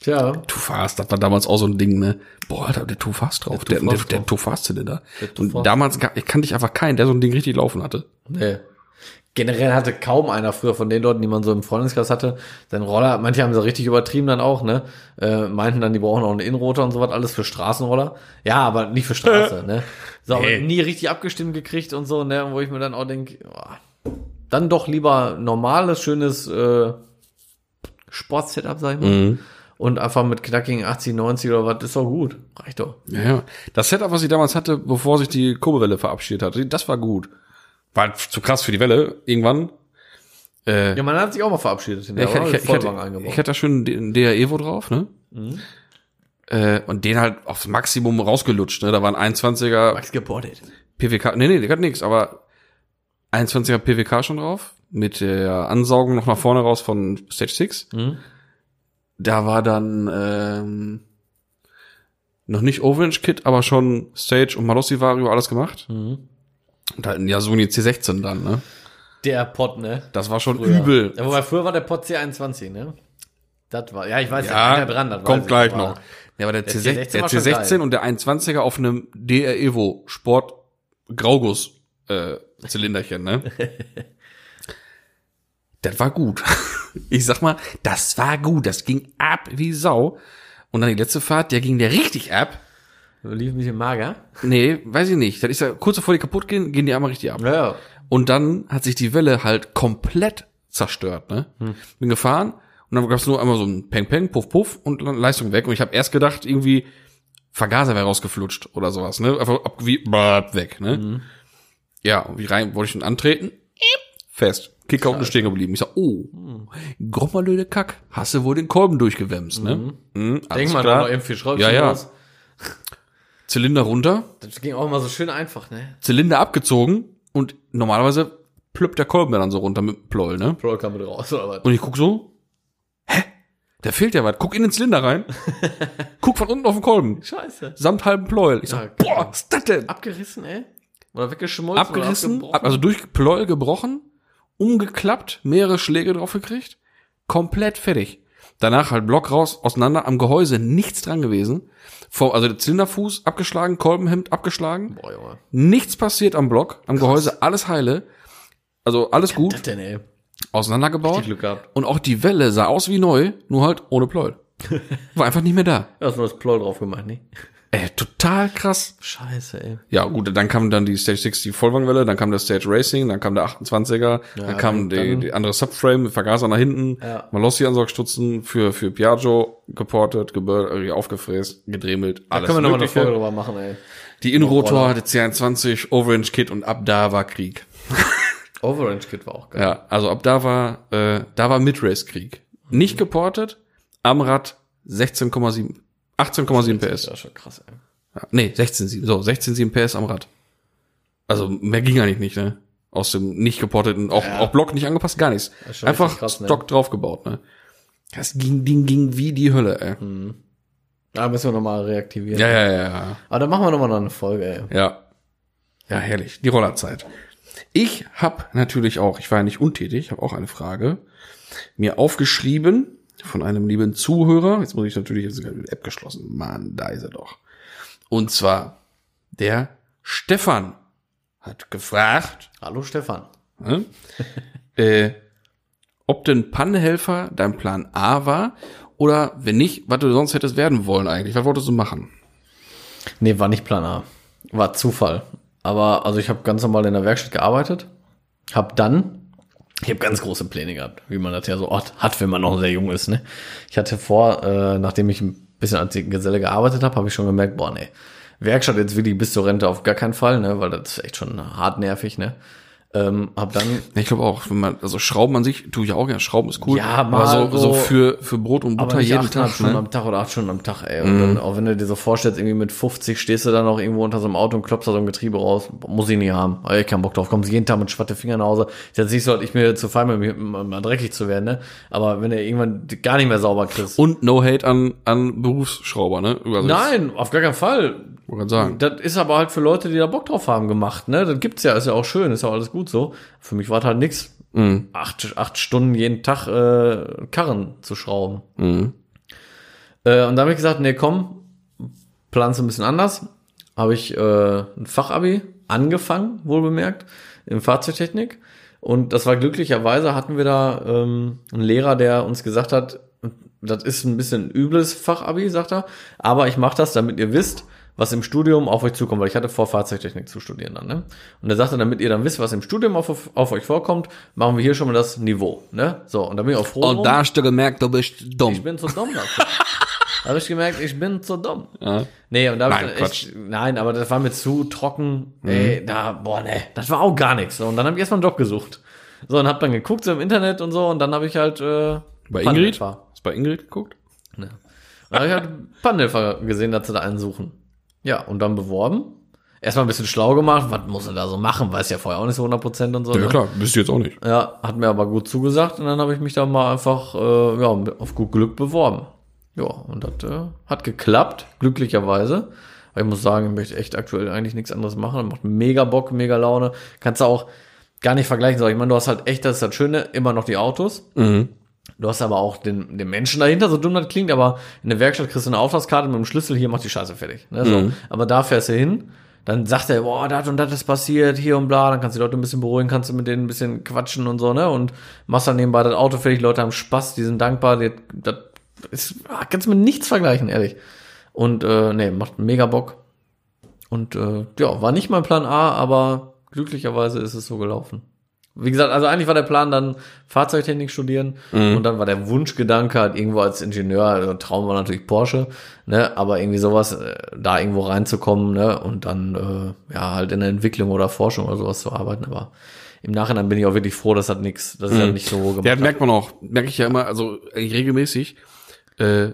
Tja,
Too Fast, das war damals auch so ein Ding, ne? Boah, Alter, der Too Fast drauf, der, der,
Fast
der
drauf.
Too Fast-Zylinder.
Der Too
Und
Fast.
damals ga- kannte ich einfach keinen, der so ein Ding richtig laufen hatte.
nee. Generell hatte kaum einer früher von den Leuten, die man so im Freundeskreis hatte, seinen Roller, manche haben sie richtig übertrieben dann auch, ne? Äh, meinten dann, die brauchen auch einen Innenrotor und sowas, alles für Straßenroller. Ja, aber nicht für Straße, ne? So, aber
Nee.
nie richtig abgestimmt gekriegt und so, ne? Wo ich mir dann auch denke, dann doch lieber normales, schönes äh, Sportsetup, sag ich mal. Und einfach mit knackigen 80, 90 oder was, ist doch gut. Reicht doch.
Ja, ja. Das Setup, was ich damals hatte, bevor sich die Kurbelwelle verabschiedet hatte, das war gut. War zu krass für die Welle, irgendwann. Äh,
Ja, man hat sich auch mal verabschiedet. In
Ja,
der
ich, hatte- ich, hatte- ich,
Vollwagen
hatte,
eingebaut. Mhm.
ich hatte da schön den DA Evo drauf, ne? Äh, und den halt aufs Maximum rausgelutscht, ne? Da waren 21er
Max gebordet.
PWK, nee, nee, der hat nix, aber 21er PWK schon drauf, mit der Ansaugung noch nach vorne raus von Stage 6.
Mhm.
Da war dann ähm, noch nicht Orange Kit, aber schon Stage und Malossi Vario alles gemacht.
Mhm.
Und halt ein Yasuni C16 dann, ne?
Der Pott, ne?
Das war schon
Früher.
übel.
Ja, wobei früher war der Pott C21, ne? Das war, ja, ich weiß,
Ja,
da hängt er dran, das weiß
kommt
ich,
gleich
aber-
noch.
Ja, aber der,
Der
C16,
C16
der
war schon
C16
geil.
und der 21er auf einem DR Evo Sport Grauguss äh, Zylinderchen, ne? das war gut. Ich sag mal, das war gut. Das ging ab wie Sau. Und dann die letzte Fahrt, der ging der richtig ab.
Lief ein bisschen mager.
Nee, weiß ich nicht. Das ist ja kurz bevor die kaputt gehen, gehen die einmal richtig ab.
Ja,
Und dann hat sich die Welle halt komplett zerstört, ne?
Hm.
Bin gefahren und dann gab's nur einmal so ein Peng Peng, Puff Puff und dann Leistung weg. Und ich habe erst gedacht, irgendwie Vergaser wäre rausgeflutscht oder sowas, ne? Einfach ab wie brrrt, weg, ne?
Hm.
Ja, und wie rein wollte ich ihn antreten? Fest. Kicker unten stehen geblieben. Ich sag, oh,
Hm.
grommerlöde Kack, hast du wohl den Kolben durchgewämst, ne? Mhm, alles
Hm. Denk mal, da
klar.
noch eben viel Schräubchen
Ja, ja.
raus.
Zylinder runter,
Das ging auch immer so schön einfach, ne?
Zylinder abgezogen und normalerweise plöppt der Kolben dann so runter mit dem Ploll, ne?
Pro kam mit raus, oder was?
Und ich guck so, hä? Da fehlt ja was. Guck in den Zylinder rein. guck von unten auf den Kolben.
Scheiße.
Samt halben Pleuel. Ich
Ja,
sag,
klar.
boah, was ist das denn?
Abgerissen, ey? Oder weggeschmolzen?
Abgerissen,
Oder
ab, also durch Pleuel gebrochen, umgeklappt, mehrere Schläge drauf gekriegt, komplett fertig. Danach halt Block raus, auseinander, am Gehäuse nichts dran gewesen. Vor, also der Zylinderfuß abgeschlagen, Kolbenhemd abgeschlagen,
Boah, Junge.
nichts passiert am Block, am Gehäuse alles heile. Also alles
Das
gut,
denn, ey?
auseinandergebaut.
Glück gehabt.
Und auch die Welle sah aus wie neu, nur halt ohne Pleuel. War einfach nicht mehr da.
Da hast du nur das Ploll drauf gemacht, ne?
Ey, total krass.
Scheiße, ey.
Ja, gut, dann kam dann die Stage 6, die Vollwagenwelle, dann kam der Stage Racing, dann kam der 28er, dann kam die,
dann-
die andere Subframe mit Vergaser nach hinten,
Ja.
Malossi Ansaugstutzen für, für Piaggio, geportet, gebir- äh, aufgefräst, gedremelt,
Da
alles
können wir nochmal eine
Mögliche.
Folge drüber machen, ey.
Die Innenrotor, der C21, Orange Kid und ab da war Krieg.
Overrange Kid war auch geil.
Ja, also ab da war, äh, da war Midrace-Krieg. Nicht
Mhm.
geportet, am Rad 16,7, 18,7 PS.
Das ist schon krass, ey.
Ja, nee, 16,7, so, 16,7 PS am Rad. Also mehr ging eigentlich nicht, ne? Aus dem nicht geporteten, auch, auch Block nicht angepasst, gar nichts.
ist schon
Einfach
richtig krass, ne?
Stock draufgebaut, ne? Das ging, Ding ging wie die Hölle, ey.
Mhm. Da müssen wir nochmal reaktivieren.
Ja, ja, ja, ja.
Aber dann machen wir nochmal noch eine Folge, ey.
Ja. Ja, herrlich. Die Rollerzeit. Ich habe natürlich auch, ich war ja nicht untätig, habe auch eine Frage mir aufgeschrieben von einem lieben Zuhörer. Jetzt muss ich natürlich jetzt sogar die App geschlossen. Mann, da ist er doch. Und zwar der Stefan hat gefragt,
Hallo Stefan.
ne, äh, ob denn Pannenhelfer dein Plan A war oder wenn nicht, was du sonst hättest werden wollen eigentlich. Was wolltest du machen?
Nee, war nicht Plan A. War Zufall. Aber also ich habe ganz normal in der Werkstatt gearbeitet. Hab dann Ich habe ganz große Pläne gehabt, wie man das ja so oft hat, wenn man noch sehr jung ist. Ne? Ich hatte vor, äh, nachdem ich ein bisschen als Geselle gearbeitet habe, habe ich schon gemerkt, boah, nee, Werkstatt jetzt will ich bis zur Rente auf gar keinen Fall, ne? weil das ist echt schon hart nervig. Ne? Ähm, hab dann
Ich glaube auch, wenn man, also Schrauben an sich tue ich auch gerne. Schrauben ist cool.
Ja, mal
aber so,
so-
so für, für Brot und Butter
aber nicht
jeden
jeden
Tag.
Stunden
Ne? Mhm.
am Tag oder acht Stunden am Tag, ey. Und dann, auch wenn du dir so vorstellst, irgendwie mit 50 stehst du dann noch irgendwo unter so einem Auto und klopfst da so ein Getriebe raus. Muss ich nicht haben. Ey, keinen Bock drauf. Kommst jeden Tag mit schwatte Fingern nach Hause. Ist jetzt nicht so, dass halt, ich mir zu fein bin, mal- mal dreckig zu werden, ne? Aber wenn du irgendwann gar nicht mehr sauber kriegst.
Und no hate an, an Berufsschrauber, ne? Also
Nein, auf gar keinen Fall.
Ich wollte gerade sagen.
Das ist aber halt für Leute, die da Bock drauf haben, gemacht, ne? Das gibt's ja, ist ja auch schön, ist ja alles gut so. Für mich war das halt nix.
Mhm,
Acht, acht Stunden jeden Tag äh, Karren zu schrauben.
mhm.
Äh, und da habe ich gesagt, nee, komm, plan's ein bisschen anders. Habe ich äh, ein Fachabi angefangen, wohl bemerkt, in Fahrzeugtechnik. Und das war glücklicherweise, hatten wir da ähm, einen Lehrer, der uns gesagt hat, das ist ein bisschen übles Fachabi, sagt er, aber ich mache das, damit ihr wisst, was im Studium auf euch zukommt, weil ich hatte vor, Fahrzeugtechnik zu studieren dann, ne? Und er sagte, damit ihr dann wisst, was im Studium auf, auf euch vorkommt, machen wir hier schon mal das Niveau, ne? So, und da bin ich auch froh. drum.
hast du gemerkt, du bist
Ich
dumm.
bin zu dumm dafür. habe ich gemerkt, ich bin zu dumm.
Ja.
Nee, und da hab
Nein, Mhm.
ich dann echt, nein, aber das war mir zu trocken. Ey, da, boah, nee, das war auch gar nichts. So, und dann habe ich erstmal einen Job gesucht. So, und habe dann geguckt so im Internet und so, und dann habe ich halt äh,
Bei Ingrid?
Pannenhelfer.
Hast du bei Ingrid geguckt?
Da habe ich halt Pannenhelfer gesehen, dass sie da einen suchen. Ja, und dann beworben. Erstmal ein bisschen schlau gemacht, was muss er da so machen, weiß ja vorher auch nicht so 100% und so. ne?
klar, bist du jetzt auch nicht.
Ja, hat mir aber gut zugesagt und dann habe ich mich da mal einfach äh, ja, mit- auf gut Glück beworben. Ja, und das äh, hat geklappt, glücklicherweise. Aber ich muss sagen, ich möchte echt aktuell eigentlich nichts anderes machen. Das macht mega Bock, mega Laune. Kannst du auch gar nicht vergleichen. So, Ich meine, du hast halt echt, das ist das Schöne, immer noch die Autos. Du hast aber auch den, den Menschen dahinter, so dumm das klingt, aber in der Werkstatt kriegst du eine Auftragskarte mit einem Schlüssel, hier macht die Scheiße fertig. Ne, so. Aber da fährst du hin, dann sagt er, boah, das und das ist passiert, hier und bla, dann kannst du die Leute ein bisschen beruhigen, kannst du mit denen ein bisschen quatschen und so, ne? Und machst dann nebenbei das Auto fertig, Leute haben Spaß, die sind dankbar, die, das ist, ah, kannst du mit nichts vergleichen, ehrlich. Und äh, nee, macht mega Bock. Und äh, ja, war nicht mein Plan A, aber glücklicherweise ist es so gelaufen. Wie gesagt, also eigentlich war der Plan dann Fahrzeugtechnik studieren und dann war der Wunschgedanke halt irgendwo als Ingenieur, also Traum war natürlich Porsche, ne, aber irgendwie sowas, äh, da irgendwo reinzukommen, ne, und dann, äh, ja, halt in der Entwicklung oder Forschung oder sowas zu arbeiten, aber im Nachhinein bin ich auch wirklich froh, dass das nix, dass ich das nicht so gemacht
Ja,
habe.
das merkt man auch. Merke ich ja immer, also eigentlich regelmäßig. Äh,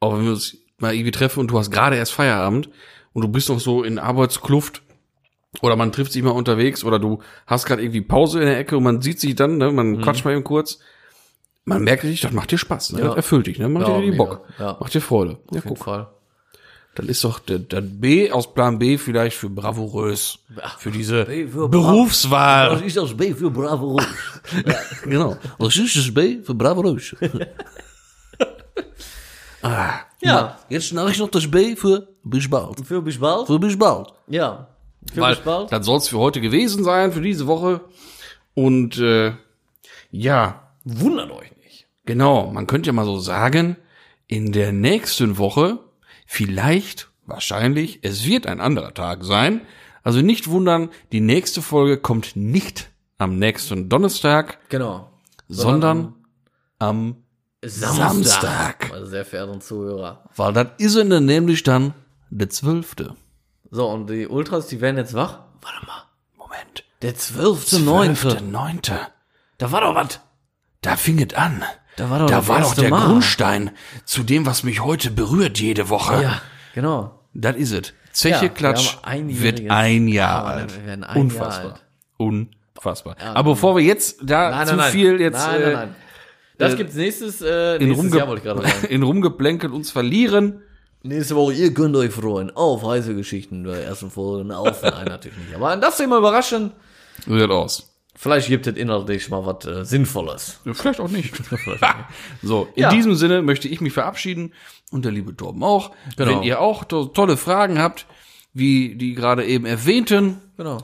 auch wenn wir uns mal irgendwie treffen und du hast gerade erst Feierabend und du bist noch so in Arbeitskluft oder man trifft sich mal unterwegs oder du hast gerade irgendwie Pause in der Ecke und man sieht sich dann, ne,
Mhm.
man quatscht mal eben kurz. Man merkt richtig, das macht dir Spaß, ne?
Ja.
das erfüllt dich, ne? macht
Ja,
dir richtig
mega.
Bock,
Ja.
macht dir Freude. Ja,
Auf jeden
guck,
Fall.
dann ist doch der, der B aus Plan B vielleicht für bravourös, für diese
für Bra-
Berufswahl.
Das ist das B für Bravo Rösch.
Genau.
Das ist das B für Bravo Rösch.
Ja,
Jetzt mache ich noch das B für bis bald.
für bis bald.
Für bis bald.
Ja, für
Weil
bis bald.
das soll es für heute gewesen sein, für diese Woche. Und äh, ja,
Wundert euch nicht.
genau, man könnte ja mal so sagen, in der nächsten Woche vielleicht, wahrscheinlich, es wird ein anderer Tag sein. Also nicht wundern, die nächste Folge kommt nicht am nächsten Donnerstag,
Genau.
sondern am, Samstag.
Meine Also sehr verehrten Zuhörer.
Weil das ist er dann nämlich dann der zwölfte.
So, und die Ultras, die werden jetzt wach.
Warte mal. Moment.
Der 12.9.
Neunte.
Da war doch was.
Da fing es an.
Da war doch
Da
das
war doch
erste
der
Mal.
Grundstein zu dem, was mich heute berührt jede Woche.
Ja, genau.
Das is it.
Ja,
Zeche
wir
Klatsch
haben einjähriges-
wird ein Jahr
Ja,
alt.
wir werden ein
Unfassbar.
Jahr alt. genau.
Unfassbar. Aber bevor wir jetzt da zu viel jetzt
nein,
äh,
nein, nein. Das gibt's nächstes, äh,
in,
nächstes
Rumge
Jahr, wollte ich gerade sagen.
in Rumgeplänkel uns verlieren.
Nächste Woche, ihr könnt euch freuen auf heiße Geschichten der ersten Folge. Auf, nein, natürlich nicht. Aber das ist immer überraschend.
So sieht aus.
Vielleicht gibt es inhaltlich mal was äh, Sinnvolles.
Vielleicht auch nicht. so, in
Ja.
diesem Sinne möchte ich mich verabschieden und der liebe Torben auch.
Genau.
Wenn ihr auch to tolle Fragen habt, wie die gerade eben erwähnten,
Genau.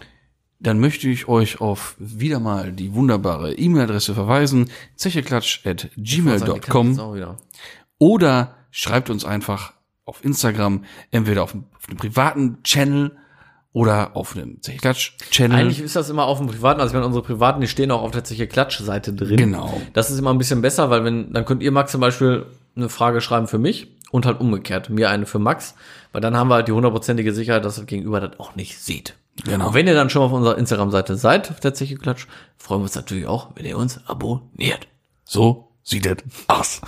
dann möchte ich euch auf wieder mal die wunderbare E-Mail-Adresse verweisen, zecheklatsch.gmail.com.
Auch wieder.
Oder schreibt uns einfach auf Instagram, entweder auf dem, auf dem privaten Channel oder auf einem Zechklatsch-Channel.
Eigentlich ist das immer auf dem privaten, also wenn unsere privaten, die stehen auch auf der Zeche Klatsch-Seite drin.
Genau.
Das ist immer ein bisschen besser, weil wenn, dann könnt ihr Max zum Beispiel eine Frage schreiben für mich und halt umgekehrt, mir eine für Max, weil dann haben wir halt die hundertprozentige Sicherheit, dass das Gegenüber das auch nicht sieht.
Genau.
Und wenn ihr dann schon auf unserer Instagram-Seite seid, auf der Zeche Klatsch, freuen wir uns natürlich auch, wenn ihr uns abonniert.
So sieht es aus.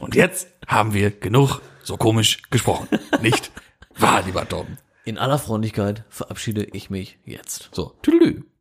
Und jetzt haben wir genug so komisch gesprochen. Nicht wahr, lieber Torben?
In aller Freundlichkeit verabschiede ich mich jetzt.
So, tüdelü.